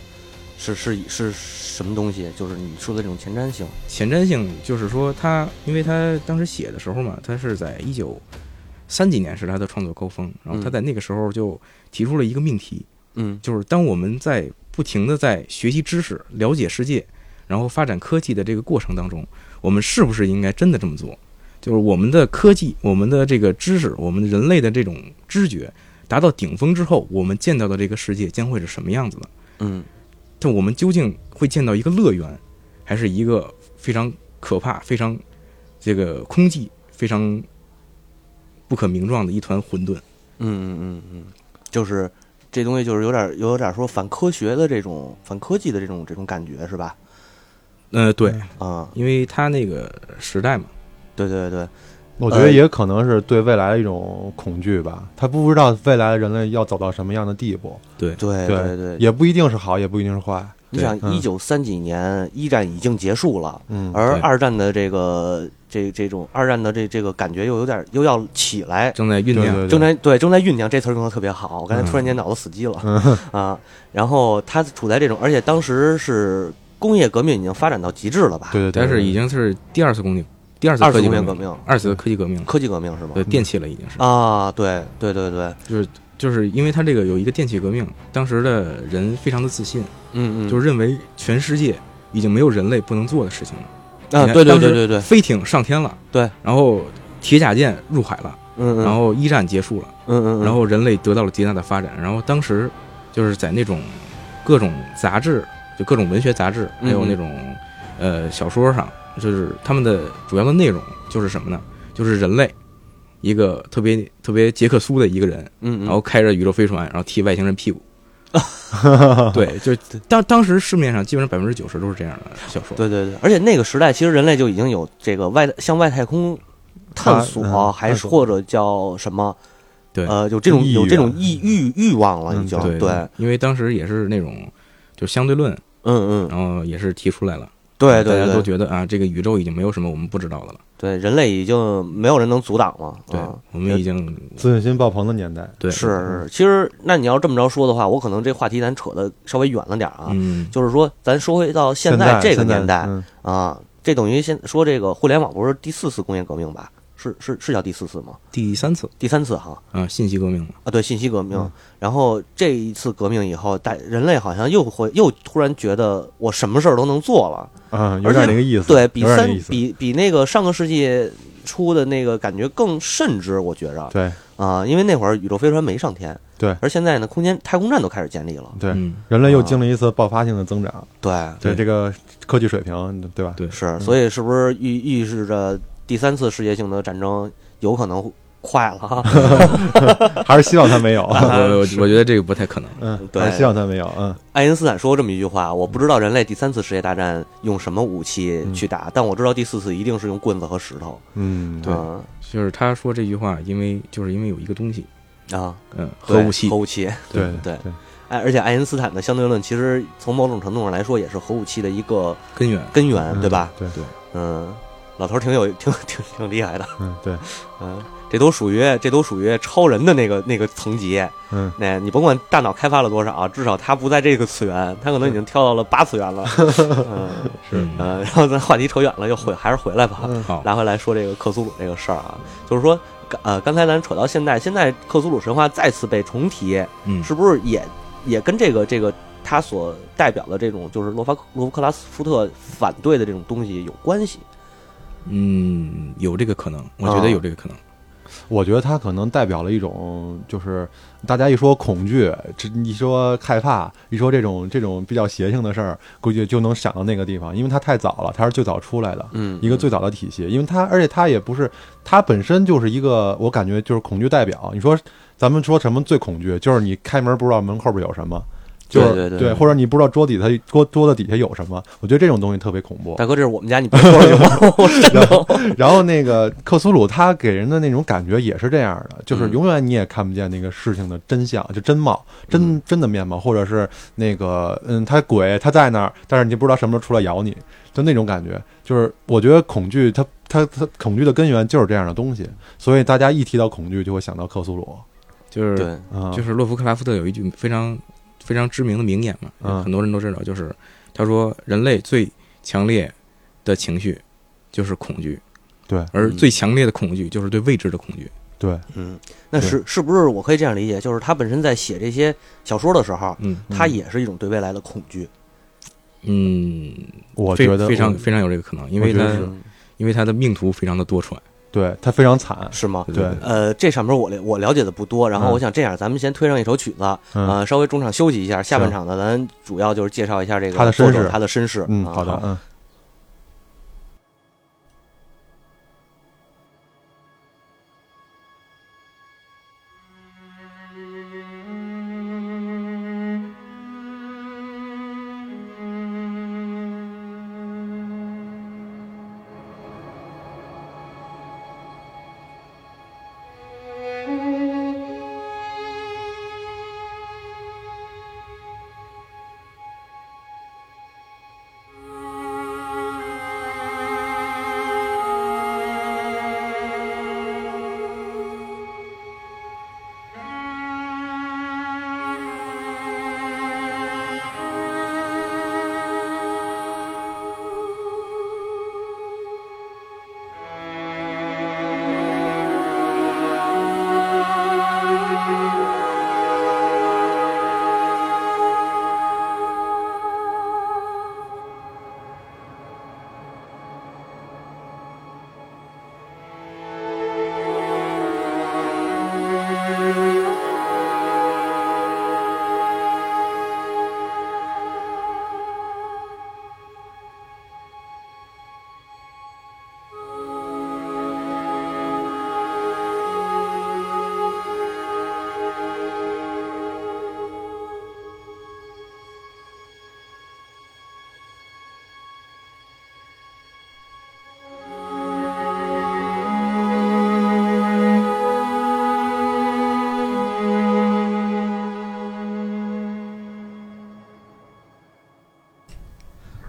Speaker 1: 是是是什么东西？就是你说的这种前瞻性
Speaker 3: 前瞻性就是说他，因为他当时写的时候嘛，他是在一九三几年是他的创作高峰，然后他
Speaker 1: 嗯
Speaker 3: 在那个时候就提出了一个命题，
Speaker 1: 嗯，
Speaker 3: 就是当我们在不停的在学习知识、了解世界，然后发展科技的这个过程当中，我们是不是应该真的这么做？就是我们的科技、我们的这个知识、我们人类的这种知觉达到顶峰之后，我们见到的这个世界将会是什么样子的？
Speaker 1: 嗯
Speaker 3: 但我们究竟会见到一个乐园，还是一个非常可怕、非常这个空寂、非常不可名状的一团混沌？
Speaker 1: 嗯嗯嗯嗯，就是这东西就是有点有点说反科学的这种反科技的这种这种感觉是吧？
Speaker 3: 呃，对，
Speaker 1: 啊、
Speaker 3: 因为它那个时代嘛，
Speaker 1: 对对对，
Speaker 2: 我觉
Speaker 1: 呃
Speaker 2: 得也可能是对未来的一种恐惧吧，他不知道未来人类要走到什么样的地步，
Speaker 3: 对，
Speaker 1: 对对对，
Speaker 2: 也不一定是好，也不一定是坏，
Speaker 1: 你想
Speaker 2: 嗯
Speaker 1: 一九三几年一战已经结束了。
Speaker 2: 嗯，
Speaker 1: 而
Speaker 3: 对
Speaker 1: 二战的这个这这种二战的这这个感觉又有点又要起来，
Speaker 3: 正在酝
Speaker 2: 对对
Speaker 3: 酿。
Speaker 2: 对，
Speaker 1: 正在对正在酝酿，这词儿用的特别好，我刚
Speaker 3: 嗯
Speaker 1: 才突然间脑子死机了、啊。然后他处在这种，而且当时是工业革命已经发展到极致了吧？
Speaker 2: 对对，对
Speaker 3: 但是已经是第二次工业，第二次
Speaker 1: 二
Speaker 3: 科
Speaker 1: 次
Speaker 3: 技
Speaker 1: 工业
Speaker 3: 革
Speaker 1: 革
Speaker 3: 命，
Speaker 1: 命、
Speaker 3: 二次科技革命，
Speaker 1: 科技革命是吗？
Speaker 3: 对，电器了已经是，
Speaker 1: 啊，对对对对，
Speaker 3: 就是就是因为它这个有一个电器革命，当时的人非常的自信，
Speaker 1: 嗯嗯，
Speaker 3: 就是是认为全世界已经没有人类不能做的事情了。
Speaker 1: 啊，
Speaker 3: 你看
Speaker 1: 对对
Speaker 3: 当时
Speaker 1: 对对对，
Speaker 3: 飞艇上天了，
Speaker 1: 对，
Speaker 3: 然后铁甲舰入海了，
Speaker 1: 嗯嗯，
Speaker 3: 然后一战结束了，
Speaker 1: 嗯嗯，嗯
Speaker 3: 然后人类得到了极大的发展。然后当时就是在那种各种杂志，就各种文学杂志，还有
Speaker 1: 嗯嗯
Speaker 3: 那种呃小说上，就是他们的主要的内容就是什么呢？就是人类一个特别特别杰克苏的一个人，
Speaker 1: 嗯嗯，
Speaker 3: 然后开着宇宙飞船，然后踢外星人 屁股。对，就当当时市面上基本上百分之九十都是这样的小说。
Speaker 1: 对对对，而且那个时代，其实人类就已经有这个外向外太空探索，
Speaker 2: 啊嗯
Speaker 1: 还
Speaker 2: 探
Speaker 1: 是
Speaker 2: 索
Speaker 1: 或者叫什么？
Speaker 3: 对
Speaker 1: 呃，有这种
Speaker 2: 意
Speaker 1: 有这种
Speaker 2: 愿
Speaker 1: 欲欲欲望了，
Speaker 2: 嗯
Speaker 1: 已经、
Speaker 3: 对
Speaker 1: 对，
Speaker 3: 因为当时也是那种就相对论，
Speaker 1: 嗯嗯，
Speaker 3: 然后也是提出来了，
Speaker 1: 对
Speaker 3: 大
Speaker 1: 对
Speaker 3: 家
Speaker 1: 对
Speaker 3: 都觉得啊，这个宇宙已经没有什么我们不知道的了，
Speaker 1: 对，人类已经没有人能阻挡了，
Speaker 3: 对
Speaker 1: 啊、，
Speaker 3: 我们已经
Speaker 2: 自信心爆棚的年代，
Speaker 3: 对
Speaker 1: 是，啊是，其实那你要这么着说的话，我可能这话题咱扯的稍微远了点儿啊，
Speaker 3: 嗯，
Speaker 1: 就是说咱说回到现
Speaker 2: 现在
Speaker 1: 这个
Speaker 2: 现在
Speaker 1: 年代
Speaker 2: 嗯
Speaker 1: 啊，这等于现说这个互联网不是第四次工业革命吧？是是是叫第四次吗？
Speaker 3: 第三次
Speaker 1: 第三次哈，
Speaker 3: 啊，信息革命了，
Speaker 1: 啊，对，信息革命。
Speaker 2: 嗯
Speaker 1: 然后这一次革命以后，大人类好像又会又突然觉得我什么事儿都能做了，
Speaker 2: 啊，有点那个意思，
Speaker 1: 对比
Speaker 2: 有点那
Speaker 1: 三
Speaker 2: 个意思，
Speaker 1: 比比那个上个世纪出的那个感觉更甚之，我觉着啊、
Speaker 2: 对
Speaker 1: 因为那会儿宇宙飞船没上天，
Speaker 2: 对
Speaker 1: 而现在呢，空间太空站都开始建立了，
Speaker 2: 对，
Speaker 3: 嗯，
Speaker 2: 人类又经历一次爆发性的增长，
Speaker 1: 啊对，
Speaker 2: 对
Speaker 3: 对
Speaker 2: 这个科技水平，对吧？
Speaker 3: 对
Speaker 1: 是，所以是不是预预示着第三次世界性的战争有可能快了 哈？
Speaker 2: 还是希望他没有，
Speaker 3: 我 我我觉得这个不太可能。
Speaker 2: 嗯，
Speaker 1: 啊对
Speaker 2: 还是希望他没有，嗯，
Speaker 1: 爱因斯坦说过这么一句话：“我不知道人类第三次世界大战用什么武器
Speaker 3: 嗯
Speaker 1: 去打，但我知道第四次一定是用棍子和石头。
Speaker 2: 嗯，
Speaker 3: 对
Speaker 1: 嗯”
Speaker 3: 就是他说这句话，因为就是因为有一个东西，
Speaker 1: 啊，
Speaker 3: 嗯，
Speaker 1: 对
Speaker 3: 核武器
Speaker 1: 核，武器。
Speaker 2: 嗯对
Speaker 1: 对
Speaker 2: 对，
Speaker 1: 哎，而且爱因斯坦的相对论其实从某种程度上来说也是核武器的一个
Speaker 3: 根源，
Speaker 1: 根源，对吧？
Speaker 2: 对
Speaker 3: 对
Speaker 1: 嗯，老头儿挺有挺挺挺厉害的，
Speaker 2: 嗯，对，
Speaker 1: 嗯，这都属于这都属于超人的那个那个层级。
Speaker 2: 嗯，
Speaker 1: 那你甭管大脑开发了多少，啊至少他不在这个次元，他可能已经跳到了八次元了。嗯
Speaker 3: 是嗯
Speaker 1: 呃，然后咱话题扯远了，又回还是回来吧，
Speaker 2: 嗯
Speaker 3: 好，
Speaker 1: 拿回来说这个克苏鲁这个事儿啊，就是说，呃，刚才咱扯到现在，现在克苏鲁神话再次被重提，
Speaker 3: 嗯，
Speaker 1: 是不是也也跟这个这个他所代表的这种就是洛夫洛夫克拉斯夫特反对的这种东西有关系？
Speaker 3: 嗯，有这个可能，我觉
Speaker 1: 啊
Speaker 3: 得有这个可能。
Speaker 2: 我觉得他可能代表了一种，就是大家一说恐惧，这一说害怕，一说这种这种比较邪性的事儿，估计就能想到那个地方，因为他太早了，他是最早出来的。
Speaker 1: 嗯
Speaker 2: 一个最早的体系，因为他，而且他也不是，他本身就是一个，我感觉就是恐惧代表。你说，咱们说什么最恐惧？就是你开门不知道门后边有什么，就是
Speaker 1: 对对对
Speaker 2: 或者你不知道桌底下桌桌子底下有什么。我觉得这种东西特别恐怖。
Speaker 1: 大哥，这是我们家，你别说了行吗？我真的
Speaker 2: 然后，然后那个克苏鲁他给人的那种感觉也是这样的，就是
Speaker 1: 嗯
Speaker 2: 永远你也看不见那个事情的真相，就真貌、
Speaker 3: 嗯
Speaker 2: 真真的面貌，或者是那个嗯，他鬼他在那儿，但是你不知道什么时候出来咬你，就那种感觉。就是我觉得恐惧，它它它恐惧的根源就是这样的东西，所以大家一提到恐惧就会想到克苏鲁
Speaker 3: 就是
Speaker 1: 对，
Speaker 2: 啊，
Speaker 3: 就是洛夫克拉夫特有一句非常非常知名的名言嘛，
Speaker 2: 嗯
Speaker 3: 很多人都知道，就是他说人类最强烈的情绪就是恐惧，
Speaker 2: 对
Speaker 3: 而最强烈的恐惧就是对未知的恐惧。
Speaker 2: 对
Speaker 1: 嗯，那是是不是我可以这样理解？就是他本身在写这些小说的时候，
Speaker 3: 嗯
Speaker 1: 他
Speaker 2: 嗯
Speaker 1: 也是一种对未来的恐惧。
Speaker 3: 嗯，
Speaker 2: 我
Speaker 3: 非
Speaker 2: 觉得
Speaker 3: 非常
Speaker 2: 我
Speaker 3: 非常有这个可能，因
Speaker 2: 我
Speaker 3: 为
Speaker 2: 觉得
Speaker 3: 他
Speaker 2: 是
Speaker 1: 嗯
Speaker 3: 因为他的命途非常的多舛。
Speaker 2: 对他非常惨，
Speaker 1: 是吗？
Speaker 2: 对
Speaker 1: 呃，这上面我了我了解的不多，然后
Speaker 2: 嗯
Speaker 1: 我想这样，咱们先推上一首曲子，
Speaker 2: 嗯
Speaker 3: 啊
Speaker 1: 呃，稍微中场休息一下，下半场呢，咱主要就是介绍一下这个
Speaker 2: 他的身世
Speaker 1: 作者他的身世。
Speaker 2: 嗯，
Speaker 1: 啊
Speaker 2: 好的，嗯。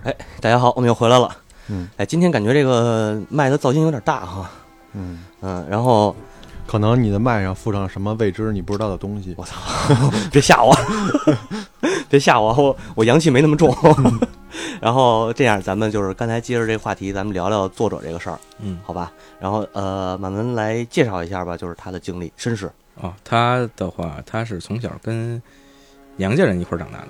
Speaker 1: 哎大家好，我们又回来了。
Speaker 2: 嗯，
Speaker 1: 哎，今天感觉这个麦的噪音有点大哈。
Speaker 2: 嗯，
Speaker 1: 嗯，然后
Speaker 2: 可能你的脉上附上什么未知你不知道的东西，
Speaker 1: 别吓我， 别吓我，我我阳气没那么 重。然后这样，咱们就是刚才接着这个话题，咱们聊聊作者这个事儿，
Speaker 3: 嗯
Speaker 1: 好吧？然后呃，满文来介绍一下吧，就是他的经历、身世。
Speaker 3: 啊，他的话，他是从小跟娘家人一块儿长大的，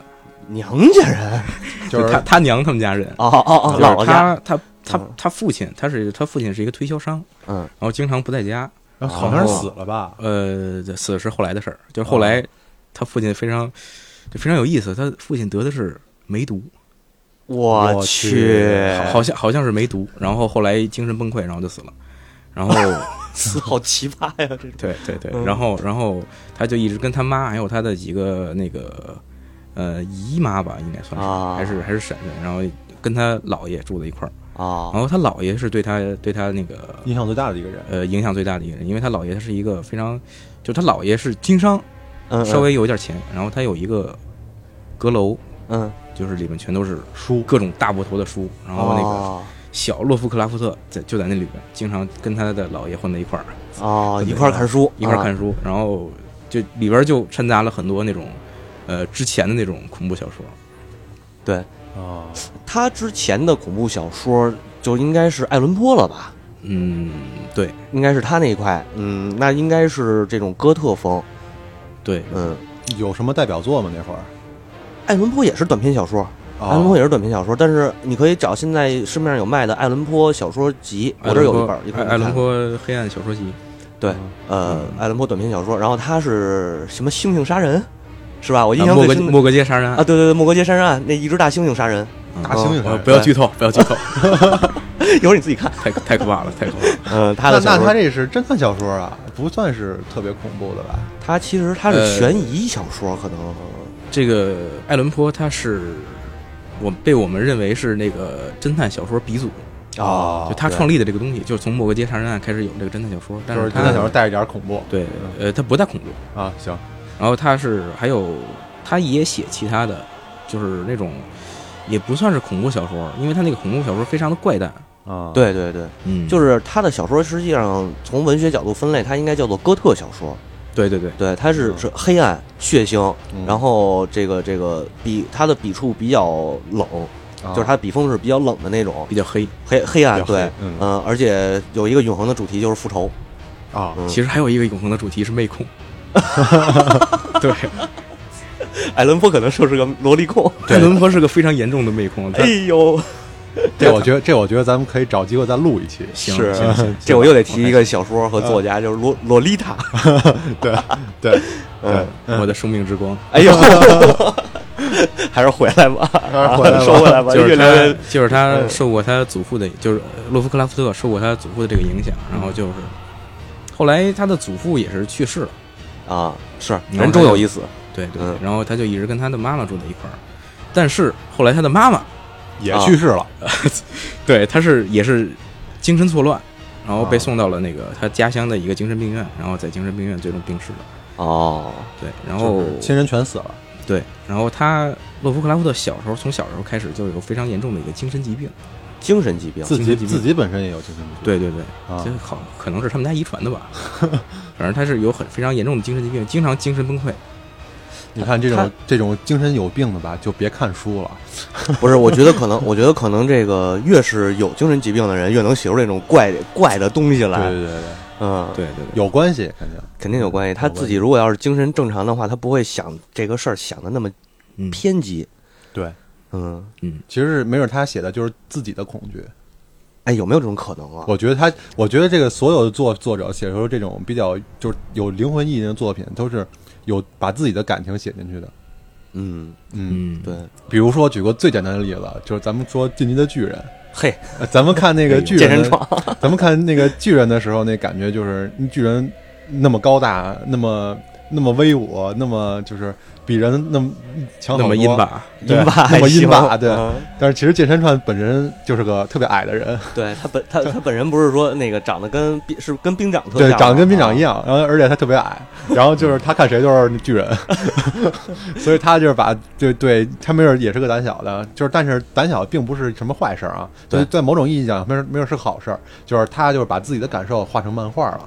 Speaker 1: 娘家人，
Speaker 2: 就是
Speaker 3: 他他娘他们家人，
Speaker 1: 哦哦哦，
Speaker 3: 就是
Speaker 1: 姥姥家，
Speaker 3: 他他他
Speaker 1: 嗯
Speaker 3: 他父亲，他是他父亲是一个推销商，
Speaker 1: 嗯
Speaker 3: 然后经常不在家，
Speaker 2: 然后好像是死了吧？
Speaker 3: 呃，这死是后来的事儿，就是后
Speaker 1: 哦
Speaker 3: 来他父亲非常就非常有意思，他父亲得的是梅毒，
Speaker 1: 我
Speaker 2: 我去
Speaker 1: 哎
Speaker 3: 好好像好像是梅毒，然后后来精神崩溃，然后就死了，然后
Speaker 1: 死好奇葩呀！这种
Speaker 3: 对对对
Speaker 1: 嗯，
Speaker 3: 然后然后他就一直跟他妈还有他的几个那个呃姨妈吧，应该算是、
Speaker 1: 啊
Speaker 3: 还是还是婶婶，然后跟他姥爷住在一块儿，
Speaker 1: 啊
Speaker 3: 然后他姥爷是对他对他那个
Speaker 2: 印象最大的一个人，
Speaker 3: 呃影响最大的一个人，因为他姥爷他是一个非常，就他姥爷是经商，
Speaker 1: 嗯
Speaker 3: 稍微有点钱，然后他有一个阁楼，
Speaker 1: 嗯
Speaker 3: 就是里面全都是
Speaker 2: 书
Speaker 3: 各种大部头的书，然后那个
Speaker 1: 哦
Speaker 3: 小洛夫克拉夫特在就在那里边，经常跟他的姥爷混在一块儿，
Speaker 1: 哦，一块儿看书，
Speaker 3: 一块儿
Speaker 1: 啊
Speaker 3: 看书，然后就里边就掺杂了很多那种，呃，之前的那种恐怖小说，
Speaker 1: 对哦
Speaker 2: 啊，
Speaker 1: 他之前的恐怖小说就应该是爱伦坡了吧？
Speaker 3: 嗯，对
Speaker 1: 应该是他那一块，嗯，那应该是这种哥特风，
Speaker 3: 对，
Speaker 1: 嗯，
Speaker 2: 有什么代表作吗？那会儿
Speaker 1: 爱伦坡也是短篇小说，爱伦坡
Speaker 2: 啊，
Speaker 1: 也是短篇小说，但是你可以找现在市面上有卖的爱伦坡小说集，我这儿有一本儿，
Speaker 3: 爱
Speaker 1: 你可以
Speaker 3: 伦坡
Speaker 1: 看
Speaker 3: 爱伦，坡黑暗小说集，
Speaker 1: 对，呃，爱伦坡短篇小说，然后他是什么猩猩杀人，是吧？我印
Speaker 3: 啊
Speaker 1: 象
Speaker 3: 莫
Speaker 1: 最
Speaker 3: 格
Speaker 1: 深的
Speaker 3: 莫格街杀人
Speaker 1: 啊，
Speaker 3: 案，
Speaker 1: 对对对，莫格街杀人案那一只大猩猩杀人，
Speaker 2: 大猩猩
Speaker 3: 我
Speaker 2: 是
Speaker 3: 不要剧透，不要剧透，
Speaker 1: 一会儿你自己看，
Speaker 3: 太太可怕了，太可 怕了。
Speaker 1: 嗯，他
Speaker 2: 那
Speaker 1: 的小
Speaker 2: 那
Speaker 1: 说
Speaker 2: 他这是侦探小说啊，不算是特别恐怖的吧？
Speaker 1: 他其实他是
Speaker 3: 呃
Speaker 1: 悬疑小说，可能
Speaker 3: 这个爱伦坡他是我被我们认为是那个侦探小说鼻祖，
Speaker 1: 啊，
Speaker 3: 哦就他
Speaker 1: 对
Speaker 3: 创立的这个东西，就是从莫格街杀人案开始有这个侦探小说，但
Speaker 2: 就是是侦
Speaker 3: 他
Speaker 2: 探小说带着点恐怖
Speaker 3: 对，呃，他不太恐怖。
Speaker 2: 啊，行，
Speaker 3: 然后他是还有他也写其他的，就是那种也不算是恐怖小说，因为他那个恐怖小说非常的怪诞，
Speaker 2: 啊，，
Speaker 1: 对对对，
Speaker 3: 嗯就
Speaker 1: 就是是他的小说，实际上从文学角度分类，它应该叫做哥特小说。
Speaker 3: 对对对，
Speaker 1: 对，它是
Speaker 2: 嗯
Speaker 1: 是黑暗、血腥，
Speaker 2: 嗯
Speaker 1: 然后这个这个笔，它的笔触比较冷，
Speaker 2: 啊
Speaker 1: 就是它笔锋是比较冷的那种
Speaker 3: 比较黑。
Speaker 1: 黑黑暗。
Speaker 2: 比较黑
Speaker 1: 对，
Speaker 2: 嗯
Speaker 1: 嗯，而且有一个永恒的主题就是复仇。
Speaker 2: 啊，
Speaker 1: 嗯
Speaker 3: 其实还有一个永恒的主题是妹控，对，
Speaker 1: 艾伦坡可能说是个萝莉控。
Speaker 3: 爱伦坡是个非常严重的妹控，他
Speaker 1: 哎呦，
Speaker 2: 这我觉得这我觉得咱们可以找机会再录一期，
Speaker 3: 行
Speaker 1: 是
Speaker 3: 行行，
Speaker 1: 这我又得提一个小说和作家，就是洛洛丽塔。
Speaker 2: 对对对
Speaker 1: 嗯，
Speaker 3: 我的生命之光。
Speaker 1: 哎呦， 还是回来吧，
Speaker 2: 还是回来吧
Speaker 1: 收回来吧，
Speaker 3: 就是
Speaker 1: 越聊
Speaker 3: 他
Speaker 1: 越，
Speaker 3: 就是他受过他祖父的，就是洛夫克拉夫特受过他祖父的这个影响，然后就是后来他的祖父也是去世了，
Speaker 1: 啊，是
Speaker 3: 然后
Speaker 1: 人终有一死。
Speaker 3: 对对
Speaker 1: 嗯，
Speaker 3: 然后他就一直跟他的妈妈住在一块儿，但是后来他的妈妈
Speaker 2: 也
Speaker 1: 啊
Speaker 2: 去世了，
Speaker 3: 对他是也是精神错乱，然后被
Speaker 2: 啊
Speaker 3: 送到了那个他家乡的一个精神病院，然后在精神病院最终病逝了。
Speaker 1: 哦，
Speaker 3: 对，然后
Speaker 2: 就是亲人全死了，
Speaker 3: 对，然后他洛夫克拉夫特小时候从小时候开始就有非常严重的一个精神疾病，
Speaker 1: 精神疾病
Speaker 2: 自己
Speaker 3: 精神疾病
Speaker 2: 自己本身也有精神病，
Speaker 3: 对对对，
Speaker 2: 啊
Speaker 3: 这好可能是他们家遗传的吧，反正他是有很非常严重的精神疾病，经常精神崩溃。
Speaker 2: 你看这
Speaker 1: 他
Speaker 2: 种这种精神有病的吧，就别看书了。
Speaker 1: 不是，我觉得可 能，我觉得可能这个越是有精神疾病的人，越能写出这种怪怪的东西
Speaker 2: 对
Speaker 1: 来。
Speaker 2: 对对对，
Speaker 1: 嗯，
Speaker 3: 对对对，
Speaker 2: 有关系肯定。
Speaker 1: 肯定有关系。他
Speaker 2: 有关
Speaker 1: 自己如果要是精神正常的话，他不会想这个事儿想的那么
Speaker 3: 嗯
Speaker 1: 偏激。
Speaker 2: 对，
Speaker 1: 嗯，
Speaker 2: 其实没准他写的就是自己的恐惧。
Speaker 1: 哎，有没有这种可能啊？
Speaker 2: 我觉得他，我觉得这个所有的作作者写出这种比较就是有灵魂意义的作品，都是有把自己的感情写进去的。
Speaker 1: 嗯，
Speaker 2: 嗯，
Speaker 3: 嗯，
Speaker 1: 对，
Speaker 2: 比如说举个最简单的例子，就是咱们说《进击的巨人》
Speaker 1: 嘿，
Speaker 2: 呃，咱们看那
Speaker 3: 哎
Speaker 2: 个
Speaker 3: 呦
Speaker 2: 巨
Speaker 1: 健
Speaker 2: 人
Speaker 1: 身
Speaker 2: 的，
Speaker 1: 床
Speaker 2: 咱们看那个巨人的时候，那感觉就是巨人那么高大，那么那么威武，那么就是比人那么强
Speaker 3: 那
Speaker 2: 好
Speaker 3: 么
Speaker 2: 多
Speaker 3: 阴，吧，
Speaker 1: 阴
Speaker 2: 对
Speaker 1: 吧，
Speaker 2: 那么阴吧，
Speaker 1: 行
Speaker 2: 对。
Speaker 1: 嗯
Speaker 2: 但是其实剑山川本身就是个特别矮的人，
Speaker 1: 对他本他他本人不是说那个长得跟冰是跟兵长特啊
Speaker 2: 对，
Speaker 1: 像
Speaker 2: 长得
Speaker 1: 吗
Speaker 2: 跟兵长一。样，然后而且他特别矮，然后就是他看谁都是巨人， 所以他就是把对对，他没准也是个胆小的，就是但是胆小并不是什么坏事儿啊，
Speaker 1: 对
Speaker 2: 在在某种意义上没准没准是好事儿，就是他就是把自己的感受画成漫画了，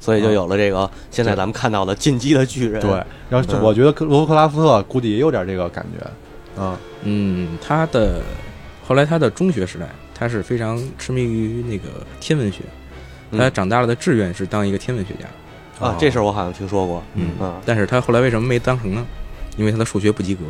Speaker 1: 所以就有了这个现在咱们看到的进击的巨人。
Speaker 2: 对，，然后就
Speaker 1: 嗯
Speaker 2: 我觉得克罗克拉夫特估计也有点这个感觉，啊，
Speaker 3: 嗯，他的后来他的中学时代，他是非常痴迷于那个天文学，
Speaker 1: 嗯
Speaker 3: 他长大了的志愿是当一个天文学家，
Speaker 1: 啊，这事儿我好像听说过。
Speaker 3: 嗯
Speaker 1: 嗯，
Speaker 3: 但是他后来为什么没当成呢？因为他的数学不及格，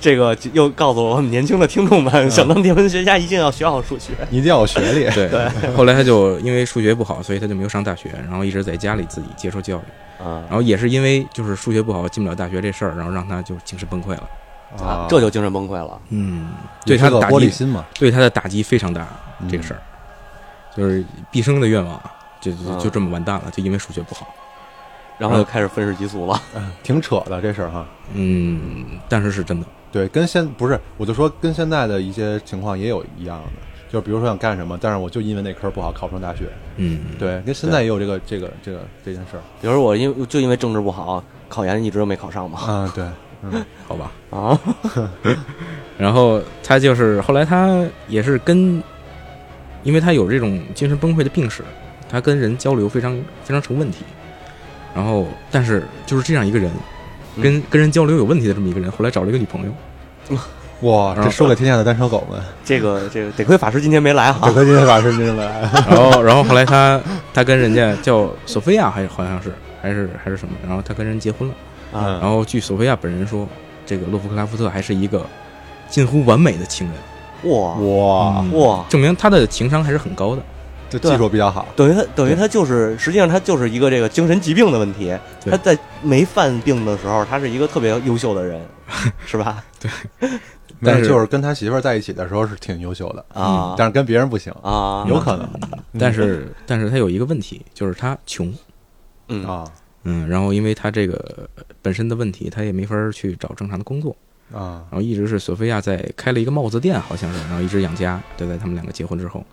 Speaker 1: 这个又告诉了我们年轻的听众们，想当天文学家一定要学好数学。
Speaker 2: 你一定要有学历。
Speaker 3: 对，后来他就因为数学不好，所以他就没有上大学，然后一直在家里自己接受教育。然
Speaker 1: 啊
Speaker 3: 后也是因为就是数学不好进不了大学这事儿，然后让他就精神崩溃了。
Speaker 1: 啊，这就精神崩溃了。
Speaker 3: 嗯，
Speaker 2: 也
Speaker 3: 对他
Speaker 2: 是
Speaker 3: 的
Speaker 2: 个
Speaker 3: 打
Speaker 2: 玻璃
Speaker 3: 击，
Speaker 2: 心嘛，
Speaker 3: 对他的打击非常大。这个事
Speaker 2: 儿
Speaker 3: 儿，就是毕生的愿望，就就
Speaker 1: 啊
Speaker 3: 就这么完蛋了，就因为数学不好。
Speaker 1: 然后就开始愤世嫉俗了。
Speaker 2: 挺扯的这事儿哈。
Speaker 3: 嗯，但是是真的。
Speaker 2: 对，跟现不是，我就说跟现在的一些情况也有一样的，就比如说想干什么，但是我就因为那科不好考不上大学。
Speaker 3: 嗯，
Speaker 2: 对，跟现在也有这个这个这个这件事儿。
Speaker 1: 比如说我因就因为政治不好，考研一直都没考上嘛。
Speaker 2: 啊，对，嗯，
Speaker 3: 好吧。
Speaker 1: 啊，
Speaker 3: 然后他就是后来他也是跟，因为他有这种精神崩溃的病史，他跟人交流非常非常成问题。然后，但是就是这样一个人，跟跟人交流有问题的这么一个人，后来找了一个女朋友。
Speaker 2: 哇，
Speaker 3: 然
Speaker 2: 这
Speaker 3: 后
Speaker 2: 说给天下的单身狗 们，
Speaker 1: 这个这个得亏法师今天没来哈
Speaker 2: 整。个今天晚上真的 来，
Speaker 3: 然后，然后后来他他跟人家叫索菲亚，还好像是还是还是什么，然后他跟人结婚了。
Speaker 1: 啊，
Speaker 3: 然后据索菲亚本人说，这个洛夫克拉夫特还是一个近乎完美的情 人，
Speaker 1: 哇
Speaker 2: 哇，
Speaker 3: 嗯
Speaker 1: 哇，
Speaker 3: 证明他的情商还是很高的。
Speaker 2: 这技术比较好，
Speaker 1: 等于他等于他就是，实际上他就是一个这个精神疾病的问题。
Speaker 3: 对
Speaker 1: 他在没犯病的时候，他是一个特别优秀的 人，是吧？
Speaker 2: 但
Speaker 3: 但是
Speaker 2: 就是跟他媳妇儿在一起的时候是挺优秀的，
Speaker 1: 啊
Speaker 2: 但是跟别人不行，
Speaker 1: 啊，
Speaker 2: 有可能嗯
Speaker 3: 但是，但是他有一个问题，就是他穷，
Speaker 1: 嗯
Speaker 2: 啊
Speaker 3: 嗯，然后因为他这个呃本身的问题，他也没法儿去找正常的工作，
Speaker 2: 啊
Speaker 3: 然后一直是索菲亚在开了一个帽子店，好像是，然后一直养家，对，在他们两个结婚之后，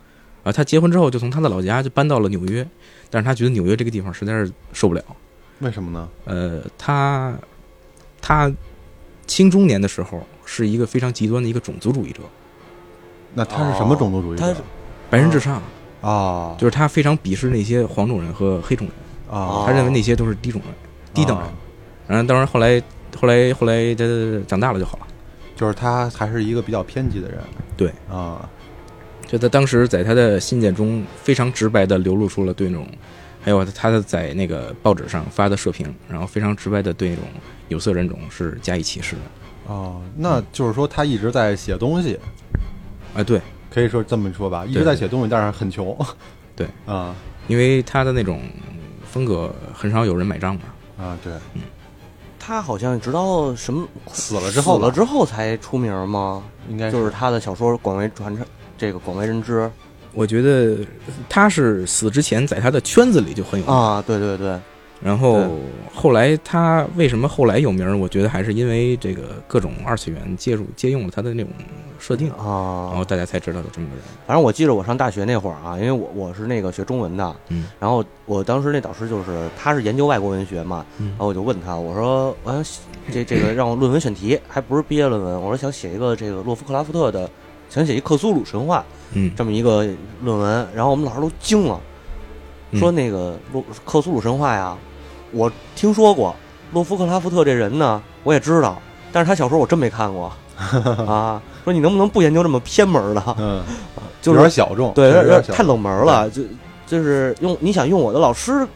Speaker 3: 啊，他结婚之后就从他的老家就搬到了纽约，但是他觉得纽约这个地方实在是受不了，
Speaker 2: 为什么呢？
Speaker 3: 呃，他他青中年的时候是一个非常极端的一个种族主义者，
Speaker 2: 那他是什么种族主义者
Speaker 1: 他是
Speaker 3: 白人至上，
Speaker 2: 啊？
Speaker 3: 就是他非常鄙视那些黄种人和黑种人，
Speaker 2: 啊，
Speaker 3: 他认为那些都是低种人、低等人。然后当然后来后来后来他长大了就好了。
Speaker 2: 就是他还是一个比较偏激的人。
Speaker 3: 对
Speaker 2: 啊，
Speaker 3: 就他当时在他的信件中非常直白的流露出了对那种，还有他的在那个报纸上发的社评，然后非常直白的对那种有色人种是加以歧视的。
Speaker 2: 哦，那就是说他一直在写东西，
Speaker 3: 啊，对，
Speaker 2: 可以说这么说吧，一直在写东西，但是很穷。
Speaker 3: 对
Speaker 2: 啊
Speaker 3: 因为他的那种风格很少有人买账嘛。
Speaker 2: 啊，对，
Speaker 1: 他好像直到什么
Speaker 2: 死了之后吧
Speaker 1: 死了之后才出名吗？
Speaker 2: 应该
Speaker 1: 就是他的小说广为传唱，这个广为人知
Speaker 3: 我觉得他是死之前在他的圈子里就
Speaker 2: 嗯
Speaker 3: 很有名，
Speaker 1: 啊！对对对，
Speaker 3: 然后后来他为什么后来有名儿？我觉得还是因为这个各种二次元介入借用了他的那种设定，然
Speaker 1: 啊
Speaker 2: 哦
Speaker 3: 后，大家才知道有这么个人。
Speaker 1: 反正我记得我上大学那会儿啊，因为我我是那个学中文的，
Speaker 3: 嗯，
Speaker 1: 然后我当时那导师就是他是研究外国文学嘛，
Speaker 3: 嗯
Speaker 1: 然后我就问他，我说我想写这这个让我论文选题，还不是毕业论文，我说想写一个这个洛夫克拉夫特的，想写一克苏鲁神话
Speaker 3: 嗯，
Speaker 1: 这么一个论文，然后我们老师都惊了，
Speaker 3: 嗯
Speaker 1: 说那个洛克苏鲁神话呀，我听说过，洛夫克拉夫特这人呢，我也知道，但是他小说我真没看 过啊，说你能不能不研究这么偏门儿 的，
Speaker 2: 嗯，
Speaker 1: 就
Speaker 2: 有
Speaker 1: 是
Speaker 2: 点小众，
Speaker 1: 对，
Speaker 2: 有
Speaker 1: 有点
Speaker 2: 点小
Speaker 1: 太冷门了，就就是用你想用我的老师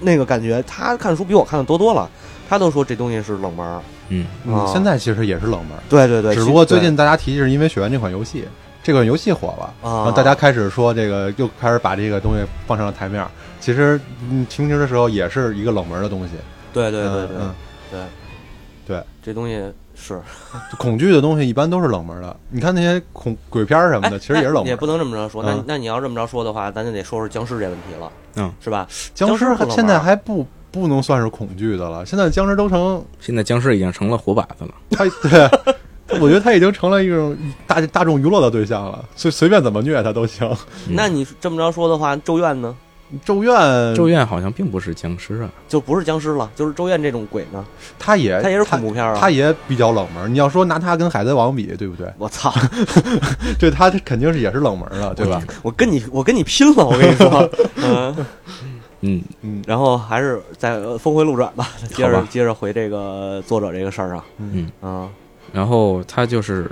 Speaker 1: 那个感觉，他看书比我看的多多了，他都说这东西是冷门儿。
Speaker 3: 嗯，
Speaker 2: 嗯
Speaker 1: 啊
Speaker 2: 现在其实也是冷门，
Speaker 1: 对对对，
Speaker 2: 只
Speaker 1: 其
Speaker 2: 不过最
Speaker 1: 对
Speaker 2: 近大家提是因为《雪原》这款游戏，这款游戏火了，然
Speaker 1: 啊
Speaker 2: 后，大家开始说这个，又开始把这个东西放上了台面儿。其实，嗯，听听的时候也是一个冷门的东西。
Speaker 1: 对对对
Speaker 2: 嗯
Speaker 1: 对
Speaker 2: 嗯，
Speaker 1: 对
Speaker 2: 对，
Speaker 1: 这东西是
Speaker 2: 就恐惧的东西一般都是冷门的。你看那些恐鬼片儿什么
Speaker 1: 哎
Speaker 2: 的，其实也是冷
Speaker 1: 那也
Speaker 2: 门
Speaker 1: 不。能这么着说。那
Speaker 2: 嗯
Speaker 1: 那你要这么着说的话，咱就得说说僵尸这问题了，
Speaker 3: 嗯，
Speaker 1: 是吧？
Speaker 2: 僵
Speaker 1: 僵尸
Speaker 2: 尸
Speaker 1: 不冷
Speaker 2: 还
Speaker 1: 门
Speaker 2: 现在还不不能算是恐惧的了，现在僵尸都成
Speaker 3: 现在僵尸已经成了活靶子了。
Speaker 2: 他对，我觉得他已经成了一种大大众娱乐的对象了，随随便怎么虐他都行。
Speaker 3: 嗯
Speaker 1: 那你这么着说的话，咒怨呢
Speaker 2: 咒怨，
Speaker 1: 嗯
Speaker 3: 咒怨好像并不是僵尸啊，
Speaker 1: 就不是僵尸了，就是咒怨这种鬼呢，
Speaker 2: 他也
Speaker 1: 它也是恐怖片儿
Speaker 2: 他
Speaker 1: 啊。
Speaker 2: 他也比较冷门。你要说拿他跟海贼王比，对不对？
Speaker 1: 我操！
Speaker 2: 对，他肯定是也是冷门了，对吧？
Speaker 1: 我跟你我跟你拼了！我跟你 说，嗯。
Speaker 3: 嗯，
Speaker 2: 嗯
Speaker 1: 然后还是再呃峰回路转吧，接着
Speaker 3: 好吧
Speaker 1: 接着回这个作者这个事儿上
Speaker 2: 嗯
Speaker 1: 啊，
Speaker 3: 然后他就是，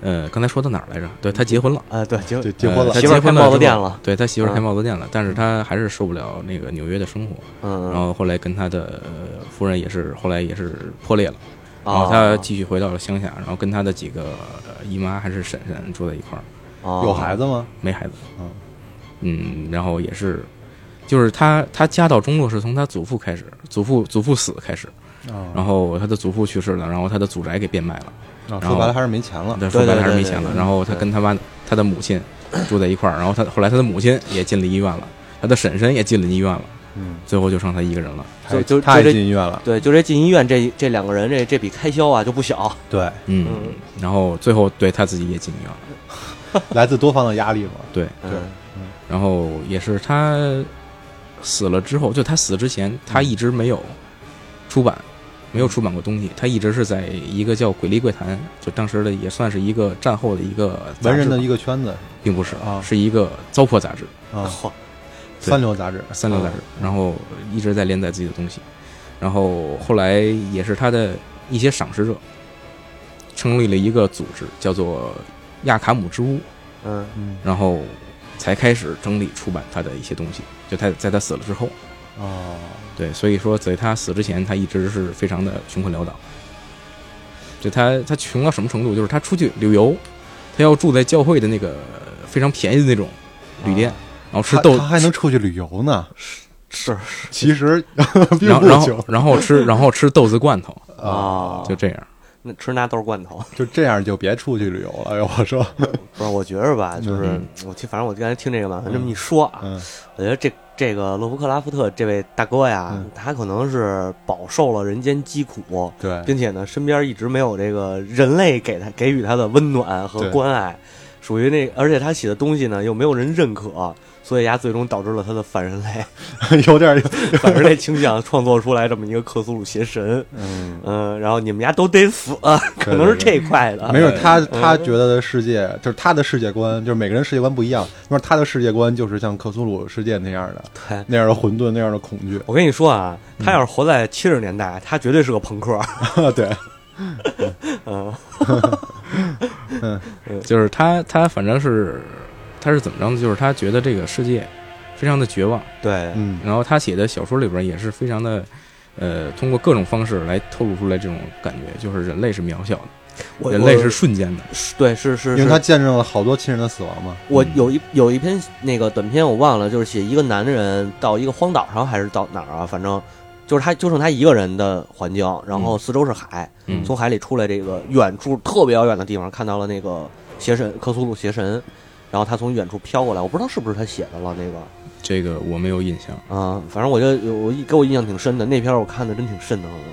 Speaker 3: 呃，刚才说到哪儿来着？对他结婚了。
Speaker 1: 啊对，就
Speaker 2: 对，结婚
Speaker 3: 呃
Speaker 2: 了
Speaker 1: 媳
Speaker 3: 他结
Speaker 1: 妇儿
Speaker 3: 婚
Speaker 1: 开
Speaker 3: 了
Speaker 1: 帽子
Speaker 3: 之
Speaker 1: 店
Speaker 3: 后
Speaker 1: 了
Speaker 3: 对他媳妇儿开
Speaker 1: 嗯
Speaker 3: 帽子店了，但是他还是受不了那个纽约的生活，然
Speaker 1: 嗯哦
Speaker 3: 后后来跟他的呃夫人也是后来也是破裂了，
Speaker 1: 啊
Speaker 3: 然后他继续回到了乡下，然后跟他的几个呃姨妈还是婶婶住在一块儿，
Speaker 2: 有
Speaker 1: 有
Speaker 2: 孩子吗？
Speaker 3: 没孩子
Speaker 1: 哦
Speaker 2: 嗯。
Speaker 3: 嗯，然后也是，就是他他家道中落是从他祖父开始，祖父祖父死开始，
Speaker 2: 啊
Speaker 1: 哦
Speaker 3: 然后他的祖父去世了，然后他的祖宅给变卖了，
Speaker 2: 啊，
Speaker 3: 然后
Speaker 2: 说白了还是没钱了。
Speaker 3: 但说白了
Speaker 1: 哦对对
Speaker 3: 还是没
Speaker 1: 对
Speaker 3: 钱了
Speaker 1: 对。对
Speaker 3: 然后他跟他妈他的母亲住在一块儿，然后他后来他的母亲也进了医院了，他的婶婶也进了医院了，
Speaker 2: 嗯，
Speaker 3: 最后就剩他一个人了。
Speaker 1: 就
Speaker 2: 太
Speaker 1: 就
Speaker 2: 太
Speaker 1: 就这
Speaker 2: 进医院了。
Speaker 1: 对，就这进医院这这两个人这这笔开销啊就不小，
Speaker 2: 对，
Speaker 3: 嗯，
Speaker 1: 嗯
Speaker 3: 然后最后对他自己也进医院了。
Speaker 2: 来自多方的压力嘛。
Speaker 3: 对，
Speaker 1: 嗯
Speaker 2: 对
Speaker 3: 然后也是他死了之后，就他死之前，他一直没有出版，没有出版过东西，他一直是在一个叫《鬼力怪谈》，就当时的也算是一个战后的一个杂
Speaker 2: 文
Speaker 3: 志
Speaker 2: 人的
Speaker 3: 吧
Speaker 2: 一个圈子
Speaker 3: 并不是
Speaker 2: 啊
Speaker 3: 是一个糟粕杂志，
Speaker 2: 啊，
Speaker 1: 嚯
Speaker 3: 对
Speaker 2: 三流杂志。
Speaker 3: 三流杂志，然后一直在连载自己的东西，然后后来也是他的一些赏识者成立了一个组织，叫做亚卡姆之屋，
Speaker 1: 嗯
Speaker 2: 嗯
Speaker 3: 然后才开始整理出版他的一些东西。就他在他死了之后，
Speaker 2: 哦，
Speaker 3: 对，所以说在他死之前，他一直是非常的穷困潦倒。就他他穷到什么程度？就是他出去旅游，他要住在教会的那个呃非常便宜的那种旅店，然后吃
Speaker 2: 他
Speaker 3: 豆
Speaker 2: 他还能出去旅游呢。
Speaker 1: 是
Speaker 2: 其实并
Speaker 3: 然后
Speaker 2: 不
Speaker 3: 然
Speaker 2: 穷
Speaker 3: 后然后吃然后吃豆子罐头，
Speaker 2: 啊，
Speaker 1: 啊，嗯
Speaker 3: 就这样。
Speaker 1: 那吃拿豆罐头。
Speaker 2: 就这样就别出去旅游了。哎我说，
Speaker 1: 不是，我觉着吧，就是
Speaker 3: 嗯
Speaker 1: 我听，反正我刚才听这个嘛，这么一说啊，
Speaker 2: 嗯
Speaker 1: 我觉得这这个洛夫克拉夫特这位大哥呀，
Speaker 2: 嗯
Speaker 1: 他可能是饱受了人间疾苦，
Speaker 2: 对，
Speaker 1: 并且呢，身边一直没有这个人类给他给予他的温暖和
Speaker 2: 对
Speaker 1: 关爱，属于那，而且他写的东西呢又没有人认可，所以呀，最终导致了他的反人类、
Speaker 2: 有点
Speaker 1: 反人类倾向，创作出来这么一个克苏鲁邪神。
Speaker 2: 嗯，
Speaker 1: 嗯，然后你们家都得死，可
Speaker 2: 对
Speaker 1: 能是
Speaker 2: 对
Speaker 1: 这块的。
Speaker 2: 没准他他觉得的世界就是他的世界观，就是每个人世界观不一样。那么他的世界观就是像克苏鲁世界那样的，
Speaker 1: 对，
Speaker 2: 那样的混沌，那样的恐惧。
Speaker 1: 我跟你说啊，
Speaker 2: 嗯
Speaker 1: 他要是活在七十年代，他绝对是个朋克。
Speaker 2: 对，
Speaker 1: 嗯，
Speaker 3: 就是他他反正是他是怎么着呢？就是他觉得这个世界非常的绝望，
Speaker 1: 对，
Speaker 2: 嗯，
Speaker 3: 然后他写的小说里边也是非常的，呃，通过各种方式来透露出来这种感觉，就是人类是渺小的，
Speaker 1: 我
Speaker 3: 人类
Speaker 1: 我
Speaker 3: 是瞬间的，
Speaker 1: 是对，是是，
Speaker 2: 因为
Speaker 1: 是
Speaker 2: 他见证了好多亲人的死亡嘛。
Speaker 1: 我
Speaker 3: 嗯
Speaker 1: 有一有一篇那个短篇我忘了，就是写一个男人到一个荒岛上还是到哪儿啊，反正就是他就剩他一个人的环境，然后四周是海，
Speaker 3: 嗯，
Speaker 1: 从海里出来，这个远处特别遥远的地方看到了那个邪神克苏鲁邪神，然后他从远处飘过来，我不知道是不是他写的了那个
Speaker 3: 这个我没有印象，
Speaker 1: 啊、反正我就我给我印象挺深的，那篇我看的真挺瘆得慌的。